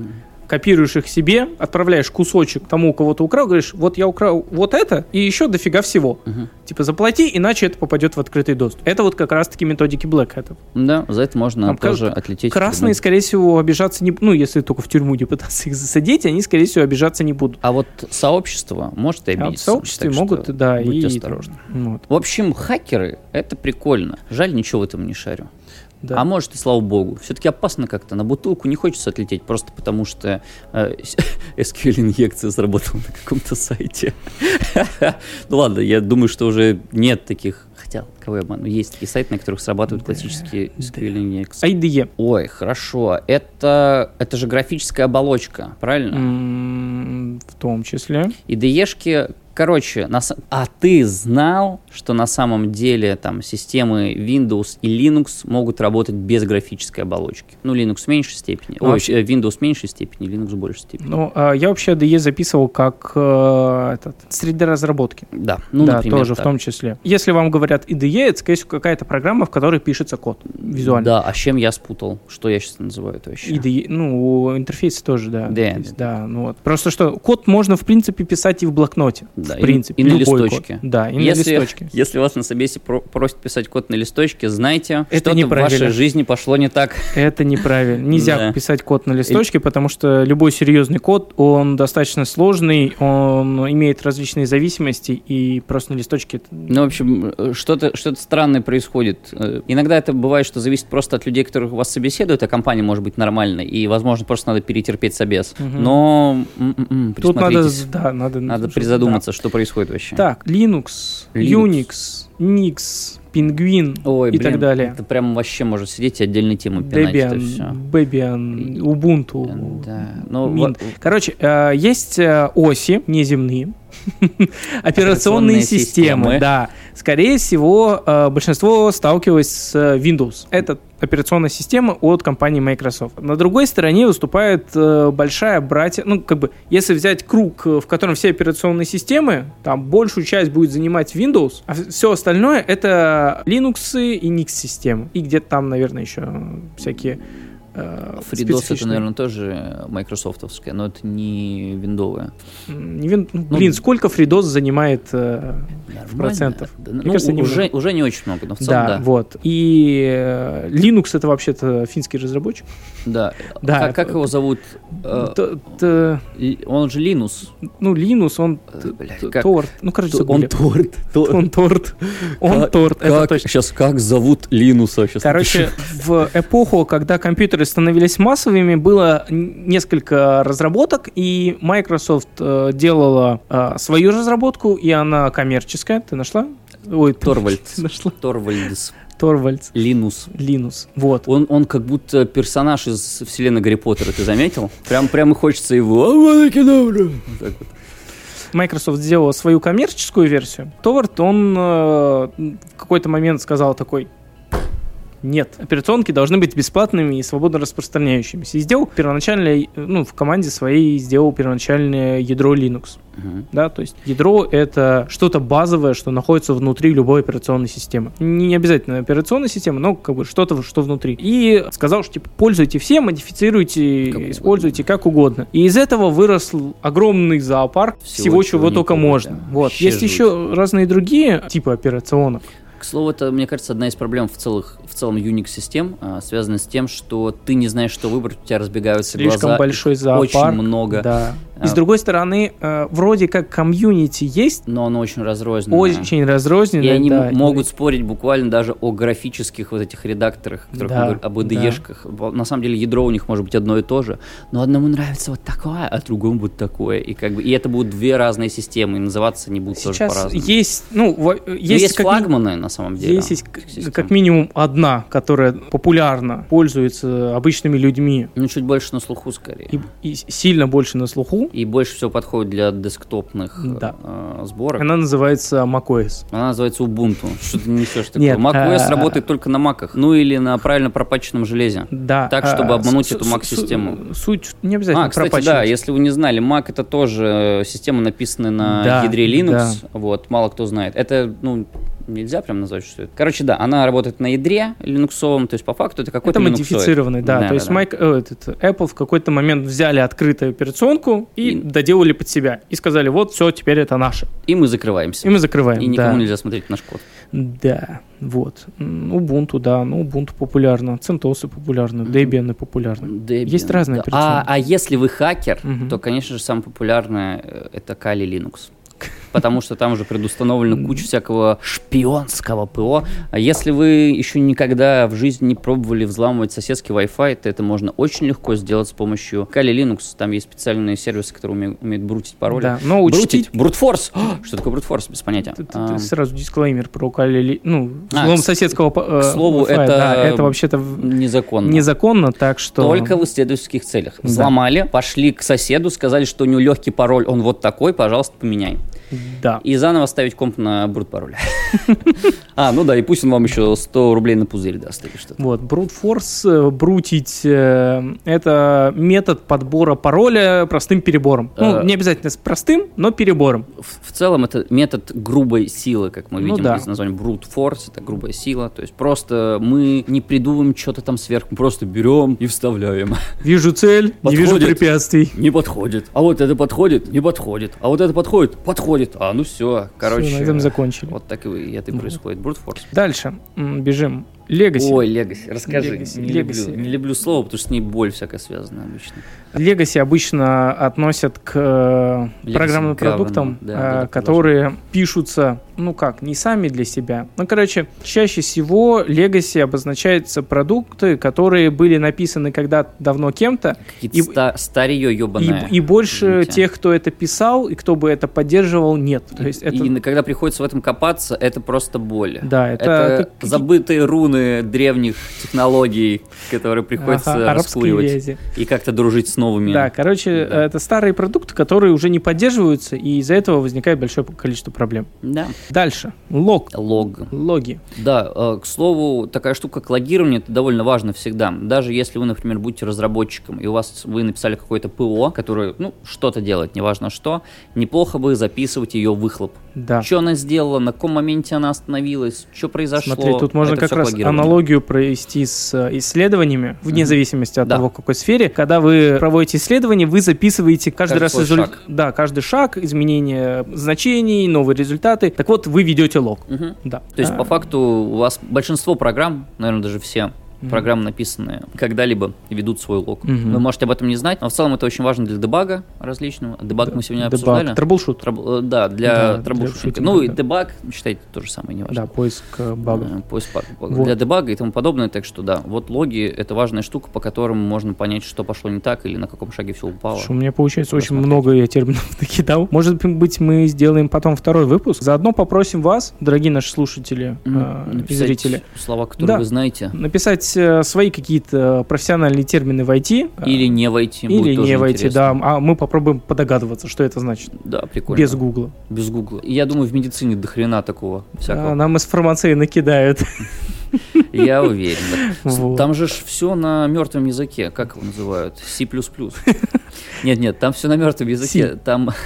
S3: Копируешь их себе, отправляешь кусочек тому, у кого ты украл, говоришь, вот я украл вот это и еще дофига всего.
S4: Мгм.
S3: Типа заплати, иначе это попадет в открытый доступ. Это вот как раз-таки методики Black Hat.
S4: Да, за это можно
S3: Там
S4: тоже
S3: кажется,
S4: отлететь.
S3: Красные, скорее всего, обижаться не... б- Ну, если только в тюрьму не пытаться их засадить, они, скорее всего, обижаться не будут.
S4: А вот сообщество может и
S3: А
S4: обидеться.
S3: вот в сообществе
S4: так что
S3: могут, да,
S4: будьте
S3: и...
S4: осторожны.
S3: Вот,
S4: В общем, хакеры — это прикольно. Жаль, ничего в этом не шарю.
S3: да.
S4: А может и слава богу. Все-таки опасно как-то. На бутылку не хочется отлететь, просто потому что э, с- SQL-инъекция сработала на каком-то сайте. Ну ладно, я думаю, что уже нет таких... Хотя, кого я обману? Есть такие сайты, на которых срабатывают классические SQL-инъекции.
S3: IDE.
S4: Ой, хорошо. Это, это же графическая оболочка, правильно?
S3: М, В том числе.
S4: IDE-шки... Короче, на са- а ты знал, что на самом деле там системы Windows и Linux могут работать без графической оболочки? Ну, Linux в меньшей степени.
S3: Ну,
S4: Ой, э, Windows в меньшей степени, Linux в большей степени.
S3: Ну, а я вообще IDE записывал как э, этот, среда разработки.
S4: Да, ну,
S3: да,
S4: например,
S3: тоже в
S4: так.
S3: том числе. Если вам говорят IDE, это, скорее всего, какая-то программа, в которой пишется код визуально.
S4: Да, а с чем я спутал? Что я сейчас называю это вообще?
S3: IDE, ну, интерфейс тоже, да.
S4: Да,
S3: То есть, да, ну вот. Просто что код можно, в принципе, писать и в блокноте.
S4: Да,
S3: в
S4: и-
S3: принципе.
S4: и на
S3: любой код.
S4: листочке.
S3: Да, и на
S4: если,
S3: листочке.
S4: если вас на собесе про- просят писать код на листочке, знайте,
S3: Это
S4: что-то в
S3: неправильно.
S4: вашей жизни пошло не так.
S3: Это неправильно. Нельзя
S4: Да.
S3: писать код на листочке, потому что любой серьезный код, он достаточно сложный, он имеет различные зависимости, и просто на листочке это
S4: Ну, в общем, э, что-то что странное происходит. Э, Иногда это бывает, что зависит просто от людей, которых вас собеседуют, а компания может быть нормальной, и, возможно, просто надо перетерпеть собес.
S3: Мгм.
S4: Но м, м, м,
S3: Тут надо,
S4: присмотритесь.
S3: да, надо,
S4: Надо
S3: да.
S4: призадуматься, что происходит вообще.
S3: Так, Linux,
S4: Linux.
S3: Unix, Nix, Penguin
S4: Ой,
S3: и
S4: блин,
S3: так далее.
S4: Это прям вообще может сидеть и отдельной темы пинать это все.
S3: Debian, Debian, Ubuntu.
S4: Да. Ну,
S3: Mint.
S4: вот-
S3: Короче, э, есть э, оси неземные,
S4: Операционные
S3: операционные системы,
S4: системы.
S3: да. Скорее всего, э, большинство сталкивалось с э, Windows. Это операционная система от компании Microsoft. На другой стороне выступает э, большая братья, ну, как бы, если взять круг, э, в котором все операционные системы, там большую часть будет занимать Windows, а все остальное это Linux и Nix-системы. И где-то там, наверное, еще всякие э,
S4: Фридос это,
S3: специфичные.
S4: наверное, тоже майкрософтовская, но это не виндовая.
S3: М, не вин- ну, блин, сколько Фридос занимает э,
S4: Нормально.
S3: процентов.
S4: Да,
S3: Мне
S4: ну,
S3: кажется, не
S4: уже, уже не очень много, но в целом
S3: да,
S4: да.
S3: вот. И э, Linux это вообще-то финский разработчик.
S4: Да.
S3: Да,
S4: Как, как
S3: это-
S4: его зовут? Э,
S3: Т- т-
S4: и- Он же Линус.
S3: ну, Linux, он
S4: Э,
S3: т-
S4: блядь,
S3: т-
S4: как-
S3: торт. Ну, короче, загугли.
S7: торт.
S3: Он торт. Он торт, это точно.
S7: Сейчас как зовут Линуса? Сейчас
S3: Короче, в эпоху, когда компьютеры становились массовыми, было н- несколько разработок, и Microsoft э, делала э, свою разработку, и она коммерческая. Ты нашла? Ой, ты
S4: Торвальдс.
S3: нашла.
S4: Торвальдс.
S3: Торвальдс.
S4: Линус.
S3: Линус. Вот.
S4: Он, он как будто персонаж из вселенной Гарри Поттера, ты заметил? Прям, прям и хочется его. «А, «Авада Кедавра!» Вот так вот.
S3: Microsoft сделала свою коммерческую версию. Товард, он э, в какой-то момент сказал такой, нет, операционки должны быть бесплатными и свободно распространяющимися. И сделал первоначальное, ну, в команде своей сделал первоначальное ядро Linux.
S4: Мгм.
S3: Да, то есть ядро — это что-то базовое, что находится внутри любой операционной системы. Не обязательно операционная система, но как бы что-то, что внутри. И сказал, что типа пользуйте все, модифицируйте,
S4: Как угодно.
S3: используйте как угодно. И из этого вырос л- огромный зоопарк
S4: Всего,
S3: всего,
S4: чего
S3: чего,
S4: не
S3: только
S4: было,
S3: можно.
S4: да.
S3: Вот.
S4: Вообще
S3: Есть
S4: жуть.
S3: еще разные другие типы операционок.
S4: К слову, это, мне кажется, одна из проблем в, целых, в целом Unix-систем, а, связана с тем, что ты не знаешь, что выбрать, у тебя разбегаются
S3: Слишком
S4: глаза.
S3: большой
S4: очень
S3: зоопарк.
S4: много.
S3: Да.
S4: Э,
S3: И с другой стороны, э, вроде как комьюнити есть,
S4: но оно очень разрозненное.
S3: очень разрозненное.
S4: И они
S3: да,
S4: м- могут спорить буквально даже о графических вот этих редакторах, о которых
S3: Да,
S4: мы говорим, об IDE-шках. На самом деле ядро у них может быть одно и то же, но одному нравится вот такое, а другому будет такое. И как бы и это будут две разные системы, и называться они будут тоже
S3: Сейчас
S4: по-разному.
S3: есть, ну, во-
S4: Но
S3: есть,
S4: есть
S3: как ми-
S4: флагманы, на самом деле.
S3: Здесь есть
S4: всех
S3: к-
S4: систем.
S3: как минимум одна, которая популярно пользуется обычными людьми
S4: Ну, чуть больше на слуху скорее.
S3: и,
S4: И,
S3: и сильно больше на слуху.
S4: больше всего подходит для десктопных э,
S3: Да.
S4: э, сборок. Она...
S3: Она называется macOS.
S4: называется Ubuntu. Что ты несешь такое?
S3: Нет,
S4: macOS
S3: а-
S4: работает только на маках. Ну или на правильно пропаченном железе.
S3: Да. а,
S4: Так, чтобы обмануть
S3: с-
S4: эту
S3: с-
S4: Mac-систему.
S3: с- Суть не обязательно
S4: А, кстати, да,
S3: пропачивать.
S4: если вы не знали, Mac это тоже э, система, написанная на
S3: Да,
S4: ядре Linux. Вот, мало кто знает. Это, ну, нельзя прям назвать, что это. Короче, да, она работает на ядре линуксовом, то есть по факту это какой-то
S3: Это модифицированный, да. То есть Майк- э, этот, Apple в какой-то момент взяли открытую операционку и,
S4: И-
S3: доделали под себя. И сказали, вот, все, теперь это наше.
S4: И мы
S3: И
S4: закрываемся.
S3: мы закрываем.
S4: И никому
S3: да.
S4: нельзя смотреть наш код.
S3: Да, вот. М, Ubuntu, да, ну Ubuntu популярно, CentOS популярно, Debian популярно.
S4: Debian,
S3: Есть разные
S4: да. а,
S3: операционки.
S4: а если вы хакер,
S3: Мгм.
S4: то, конечно же, самое популярное э, это Kali Linux. Потому что там уже предустановлено куча всякого шпионского ПО. А Если вы еще никогда в жизни не пробовали взламывать соседский Wi-Fi, то это можно очень легко сделать с помощью Kali Linux. Там есть специальные сервисы, которые уме- умеют брутить пароли.
S3: Да, но учтите,
S4: Брутить? Брутфорс! О, Что такое брутфорс? Без понятия.
S3: Ты- ты- ты
S4: А,
S3: сразу дисклеймер про калили, ну,
S4: А,
S3: взлом
S4: к с-
S3: соседского по- э,
S4: слову,
S3: Wi-Fi,
S4: это-
S3: да, это вообще-то в-
S4: Незаконно.
S3: незаконно, так что...
S4: Только в исследовательских целях.
S3: Да.
S4: Взломали, пошли к соседу, сказали, что у него легкий пароль, он вот такой, пожалуйста, поменяй.
S3: Да.
S4: И заново ставить комп на брут пароль. А, ну да, и пусть он вам еще 100 рублей на пузырь даст или что-то.
S3: Вот, брутфорс, э, брутить, э, это метод подбора пароля простым перебором. Ну,
S4: Э.
S3: не обязательно с простым, но перебором.
S4: В, в целом это метод грубой силы, как мы
S3: Ну
S4: видим
S3: да.
S4: из названия brute force, это грубая сила. То есть просто мы не придумываем что-то там сверху, мы просто берем и вставляем.
S3: Вижу цель, не вижу
S4: Подходит.
S3: препятствий.
S4: Не подходит. А вот это подходит, не подходит. А вот это подходит, подходит. А ну все, короче.
S3: Всё, на этом закончили.
S4: Вот так и это и происходит. Brute force.
S3: Дальше м, бежим. Легаси.
S4: Ой, Легаси, расскажи.
S3: Legacy,
S4: Не, люблю,
S3: Legacy.
S4: не люблю слово, потому что с ней боль всякая связана обычно.
S3: Легаси обычно относят к э,
S4: Legacy
S3: программным
S4: government,
S3: продуктам,
S4: да,
S3: э,
S4: да, да,
S3: которые пишутся, ну как, не сами для себя. Ну, короче, чаще всего легаси обозначаются продукты, которые были написаны когда-то давно кем-то,
S4: Какие-то
S3: И-
S4: ста- старье
S3: и,
S4: ебаное.
S3: и больше
S4: извините.
S3: тех, кто это писал и кто бы это поддерживал, нет. То есть это...
S4: И на- когда приходится в этом копаться, это просто боль.
S3: Да, это,
S4: Это,
S3: как-
S4: забытые руны древних технологий, которые приходится
S3: Ага, арабские
S4: раскуривать
S3: вязи.
S4: и как-то дружить с новыми.
S3: Да, короче,
S4: Да.
S3: это старые продукты, которые уже не поддерживаются, и из-за этого возникает большое количество проблем.
S4: Да.
S3: Дальше. Лог.
S4: Лог.
S3: Логи.
S4: Да, э, к слову, такая штука, как логирование, это довольно важно всегда. Даже если вы, например, будете разработчиком, и у вас вы написали какое-то ПО, которое, ну, что-то делает, неважно что, неплохо бы записывать ее выхлоп.
S3: Да.
S4: Что она сделала, на каком моменте она остановилась, что произошло.
S3: Смотри, тут можно
S4: Это
S3: как
S4: всё
S3: раз
S4: логирование.
S3: аналогию провести с э, исследованиями, вне
S4: Мгм.
S3: зависимости от
S4: Да.
S3: того, в какой сфере. Когда вы проводите исследование, вы записываете каждый
S4: Каждый
S3: раз
S4: свой
S3: резуль-
S4: шаг.
S3: Да, каждый шаг, изменение значений, новые результаты. Так вот, вы ведете лог.
S4: Мгм.
S3: Да.
S4: То есть,
S3: А,
S4: по факту, у вас большинство программ, наверное, даже все
S3: Мгм.
S4: программы, написанные когда-либо, ведут свой лог.
S3: Мгм.
S4: Вы можете об этом не знать, но в целом это очень важно для дебага различного. Дебаг мы сегодня
S3: дебаг,
S4: обсуждали.
S3: Трэблшут.
S4: Трабл- э, да,
S3: Да,
S4: для
S3: для
S4: траблшутинга.
S3: шутинга,
S4: Ну и
S3: да.
S4: дебаг, считайте, то же самое, не
S3: Да,
S4: важно.
S3: поиск э, багов. Вот.
S4: Для дебага и тому подобное, так что да, вот логи это важная штука, по которым можно понять, что пошло не так или на каком шаге все упало.
S3: Слушай, у меня получается очень
S4: Посмотреть.
S3: много я терминов накидал. Может быть, мы сделаем потом второй выпуск. Заодно попросим вас, дорогие наши слушатели
S4: М,
S3: э, и
S4: написать
S3: зрители,
S4: Слова, которые
S3: Да.
S4: вы знаете.
S3: написать э, свои какие-то профессиональные термины в IT. э,
S4: Или не войти. будет
S3: Или
S4: тоже
S3: не войти,
S4: интересно.
S3: да. А мы попробуем подогадываться, что это значит.
S4: Да, прикольно.
S3: Без гугла.
S4: Без гугла. И Я думаю, в медицине до хрена такого
S3: А,
S4: всякого.
S3: нам из фармации накидают.
S4: Я уверен. да. С-
S3: Вот.
S4: Там же все на мертвом языке. Как его называют? C++. Нет, нет, там все на мертвом языке. Там...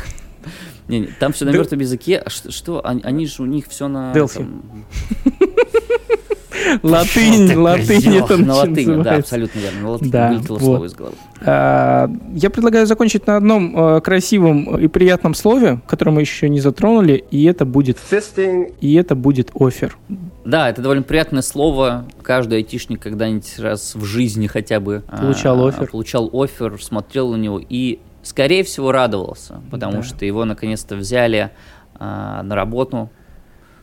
S4: Не, не, там все на
S3: Дел-
S4: мертвом языке. А Что? что? Они, они же у них все на...
S3: Делфи.
S4: там,
S3: Латынь, латынь
S4: ёх,
S3: это
S4: на латыни, да,
S3: называется.
S4: абсолютно верно. На латыни
S3: Да,
S4: вылетело
S3: вот.
S4: слово из головы.
S3: А, Я предлагаю закончить на одном э, красивом и приятном слове, которое мы еще не затронули, и это будет... И это будет офер.
S4: Да, это довольно приятное слово. Каждый айтишник когда-нибудь раз в жизни хотя бы а,
S3: Получал оффер.
S4: Получал офер, смотрел на него и скорее всего, радовался, потому
S3: Да.
S4: что его наконец-то взяли а, на работу.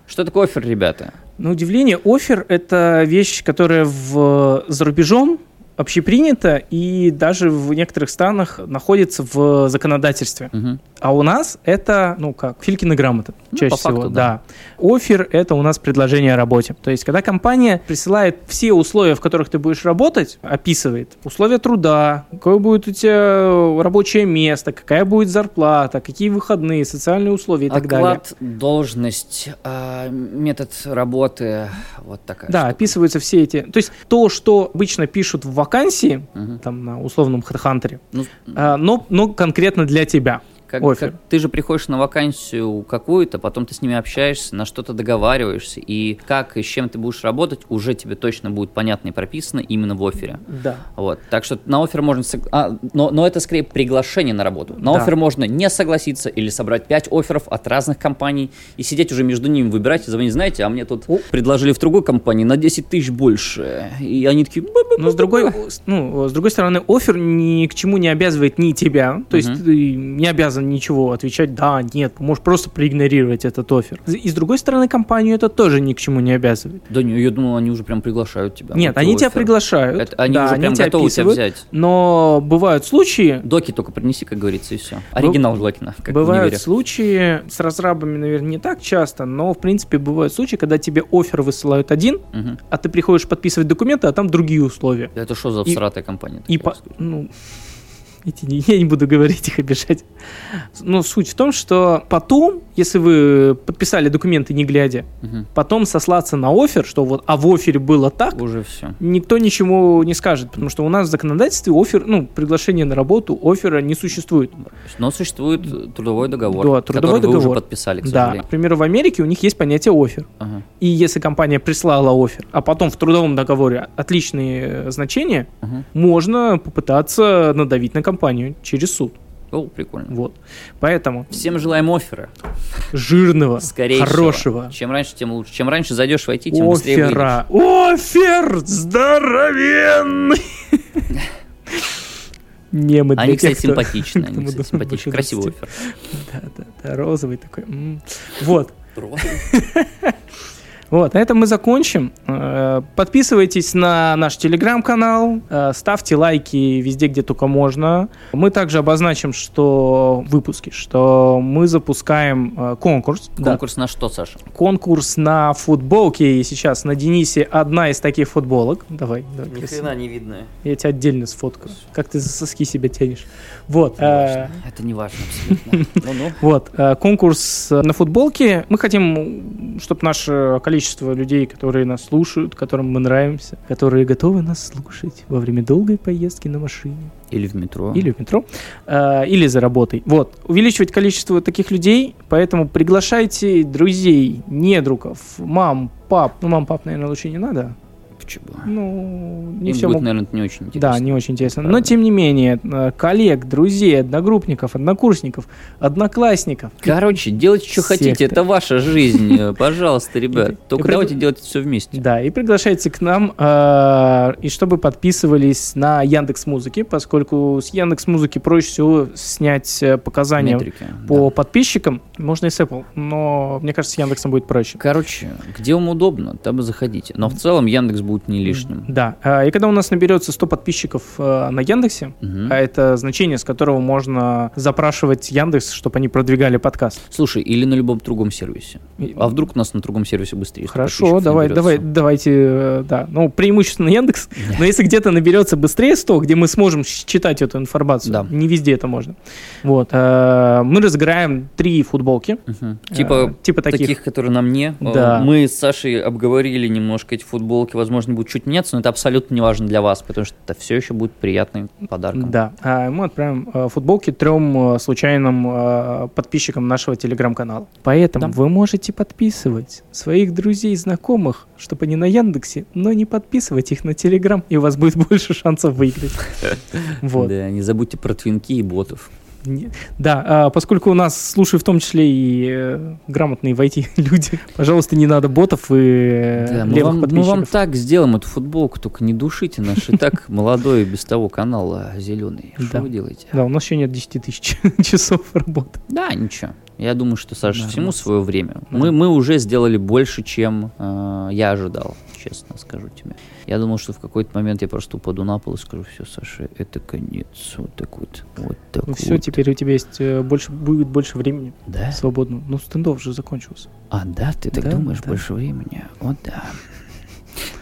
S4: Что такое офер, ребята?
S3: На удивление, офер – это вещь, которая в, за рубежом общепринята и даже в некоторых странах находится в законодательстве.
S4: Мгм.
S3: А у нас это, ну как, Филькина грамота
S4: Ну,
S3: чаще
S4: по
S3: всего.
S4: факту,
S3: да. Офер — это у нас предложение о работе. То есть, когда компания присылает все условия, в которых ты будешь работать, описывает условия труда, какое будет у тебя рабочее место, какая будет зарплата, какие выходные, социальные условия и так далее.
S4: Оклад, должность, а, метод работы, вот такая.
S3: Да,
S4: штука.
S3: описываются все эти. То есть то, что обычно пишут в вакансии,
S4: Мгм.
S3: там на условном хедхантере,
S4: Ну,
S3: а, но, но конкретно для тебя.
S4: Как,
S3: Офер.
S4: как ты же приходишь на вакансию какую-то, потом ты с ними общаешься, на что-то договариваешься, и как и с чем ты будешь работать, уже тебе точно будет понятно и прописано именно в офере.
S3: Да.
S4: Вот. Так что на офер можно... сог- а, но, но это скорее приглашение на работу. На
S3: Да.
S4: офер можно не согласиться или собрать 5 офферов от разных компаний и сидеть уже между ними, выбирать и звонить, знаете, а мне тут
S3: О.
S4: предложили в другой компании на 10 тысяч больше. И они такие... «Бу-бу-бу-бу-бу».
S3: Но с другой, с- ну, с другой стороны, офер ни к чему не обязывает ни тебя, то есть
S4: Мгм.
S3: ты не обязан ничего отвечать «да», «нет», можешь просто проигнорировать этот офер. И с другой стороны, компанию это тоже ни к чему не обязывает.
S4: Да не, я думал, они уже прям приглашают тебя.
S3: Нет,
S4: Вот
S3: они
S4: офер.
S3: тебя приглашают,
S4: Это они
S3: да,
S4: уже прям
S3: тебя
S4: готовы тебя
S3: описывают,
S4: взять.
S3: но бывают случаи,
S4: Доки только принеси, как говорится, и все. Оригинал Локина, как в
S3: бывают
S4: универе.
S3: случаи с разрабами, наверное, не так часто, но в принципе бывают случаи, когда тебе офер высылают один,
S4: Мгм.
S3: а ты приходишь подписывать документы, а там другие условия.
S4: Это что за
S3: И-
S4: всратая компания?
S3: И
S4: такая?
S3: по, ну, эти не- я не буду говорить их обижать. Но суть в том, что потом, если вы подписали документы не глядя,
S4: Мгм.
S3: потом сослаться на офер, что вот, а в офере было так,
S4: Уже все.
S3: никто ничего не скажет, потому что у нас в законодательстве офер, ну, приглашение на работу, оффера не существует.
S4: Но существует э, трудовой договор,
S3: Да, трудовой
S4: который вы уже
S3: договор.
S4: подписали, к
S3: Да,
S4: сожалению.
S3: к примеру, в Америке у них есть понятие офер.
S4: Ага.
S3: И если компания прислала офер, а потом в трудовом договоре отличные э, значения,
S4: Мгм.
S3: можно попытаться надавить на компанию через суд.
S4: О, прикольно.
S3: Вот. Поэтому
S4: Всем желаем оффера.
S3: жирного,
S4: Скорее
S3: хорошего.
S4: всего. Чем раньше, тем лучше. Чем раньше зайдешь войти, тем быстрее выйдешь.
S3: Офера. Офер здоровенный. Немы для
S4: Они,
S3: тех,
S4: кстати,
S3: кто-
S4: симпатичные.
S3: кто
S4: Они, кстати,
S3: думает, что
S4: симпатичные. Красивый
S3: достиг.
S4: оффер.
S3: Да, да, да, розовый такой. м. Вот.
S4: Розовый.
S3: Вот, на этом мы закончим. Э, Подписывайтесь на наш телеграм-канал, э, ставьте лайки везде, где только можно. Мы также обозначим, что выпуски, что мы запускаем э, конкурс. Да,
S4: Конкурс на что, Саша?
S3: конкурс на футболки. И сейчас на Денисе одна из таких футболок. Давай, давай. красиво.
S4: не видно.
S3: Я тебя отдельно сфоткаю. Как ты за соски себя тянешь. Вот. э,
S4: Это не важно абсолютно. Ну, Ну-ну.
S3: вот, э, конкурс э, на футболке. Мы хотим, чтобы наше количество людей, которые нас слушают, которым мы нравимся, которые готовы нас слушать во время долгой поездки на машине
S4: Или в метро.
S3: или в метро, э, или за работой. Вот, увеличивать количество таких людей, поэтому приглашайте друзей, недругов, мам, пап. Ну, мам, пап, наверное, лучше не надо.
S4: Почему?
S3: Ну, не
S4: Им
S3: все
S4: будет, наверное, не очень интересно.
S3: да, не очень интересно. Но
S4: Правда.
S3: тем не менее, э, коллег, друзей, одногруппников, однокурсников, одноклассников.
S4: Короче, делайте, что
S3: Секта.
S4: хотите, это ваша жизнь, э, пожалуйста, ребят. Только
S3: при-
S4: давайте делать все вместе.
S3: Да, и приглашайте к нам, э, и чтобы подписывались на Яндекс Музыки, поскольку с Яндекс Музыки проще всего снять э, показания
S4: Метрики.
S3: по
S4: да.
S3: подписчикам. Можно и с Apple, но мне кажется, с Яндексом будет проще.
S4: Короче, где вам удобно, там и заходите. Но в целом Яндекс будет не лишним.
S3: Да, э, и когда у нас наберется 100 подписчиков э, на Яндексе,
S4: Мгм.
S3: а это значение, с которого можно запрашивать Яндекс, чтобы они продвигали подкаст.
S4: Слушай, или на любом другом сервисе.
S3: И-
S4: А вдруг нас на другом сервисе быстрее?
S3: Хорошо, давай, давай, давайте, э, да. Ну, преимущественно Яндекс. Но если где-то наберется быстрее 100, где мы сможем считать эту информацию,
S4: Да.
S3: не везде это можно. Вот. э, Мы разыграем три футболки. э,
S4: Типа
S3: типа
S4: таких.
S3: таких.
S4: которые на мне. Э,
S3: Да.
S4: Мы с Сашей обговорили немножко эти футболки. Возможно, будут чуть меняться, но это абсолютно не важно для вас, потому что это все еще будет приятным подарком.
S3: Да. А Мы отправим э, футболки трем э, случайным э, подписчикам нашего телеграм-канала. Поэтому
S4: Да.
S3: вы можете подписывать своих друзей и знакомых, чтобы они на Яндексе, но не подписывать их на Телеграм, и у вас будет больше шансов выиграть. Вот.
S4: Да, не забудьте про твинки и ботов.
S3: Не- Да, а, поскольку у нас слушают в том числе и э, грамотные в IT люди, пожалуйста, не надо ботов и э,
S4: Да, мы,
S3: левых
S4: вам, мы
S3: подписчиков.
S4: вам так сделаем эту футболку, только не душите наш и так молодой без того канала зеленый. Что
S3: Да.
S4: вы делаете?
S3: Да, у нас еще нет 10 тысяч часов работы.
S4: Да, ничего. Я думаю, что, Саша,
S3: Нормас.
S4: всему свое время. Мы, мы уже сделали больше, чем э, я ожидал, честно скажу тебе. Я думал, что в какой-то момент я просто упаду на пол и скажу, все, Саша, это конец. Вот так вот. Вот так
S3: Ну
S4: вот.
S3: все, теперь у тебя есть э, больше будет больше времени
S4: Да?
S3: свободного. Ну, стендов же закончился.
S4: А, да, ты так
S3: Да,
S4: думаешь
S3: да.
S4: больше времени? О, да.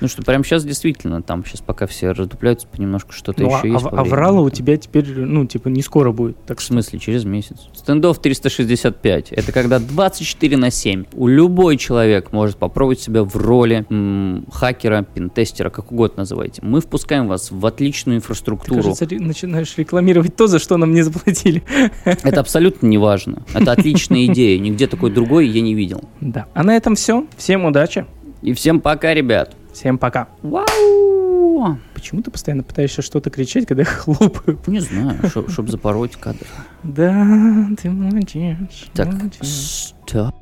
S4: Ну что, прямо сейчас действительно, там сейчас пока все раздупляются понемножку, что-то
S3: Ну, а,
S4: еще есть.
S3: а-
S4: по
S3: а
S4: времени.
S3: врала у тебя теперь, ну, типа, не скоро будет. Так
S4: В
S3: что
S4: смысле, через месяц. Стендов 365. Это когда 24 на 7. У любой человек может попробовать себя в роли м, хакера, пентестера, как угодно называйте. Мы впускаем вас в отличную
S3: ты,
S4: инфраструктуру.
S3: кажется, ре- начинаешь рекламировать то, за что нам не заплатили.
S4: Это абсолютно не важно. Это отличная идея. Нигде такой другой я не видел.
S3: Да. А на этом все. Всем удачи.
S4: И всем пока, ребят.
S3: Всем пока.
S4: Вау!
S3: Почему ты постоянно пытаешься что-то кричать, когда я хлопаю?
S4: Не знаю, чтобы запороть кадр.
S3: Да, ты молодец.
S4: Так,
S3: молодец.
S4: стоп.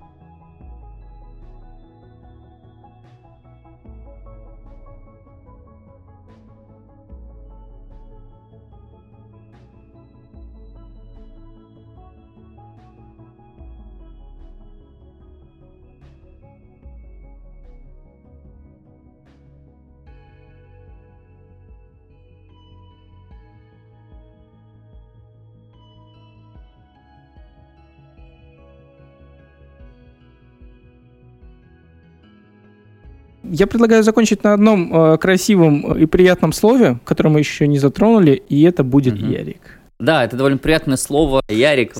S3: Я предлагаю закончить на одном э, красивом и приятном слове, которое мы еще не затронули, и это будет
S4: Мгм.
S3: Ярик.
S4: Да, это довольно приятное слово. Ярик,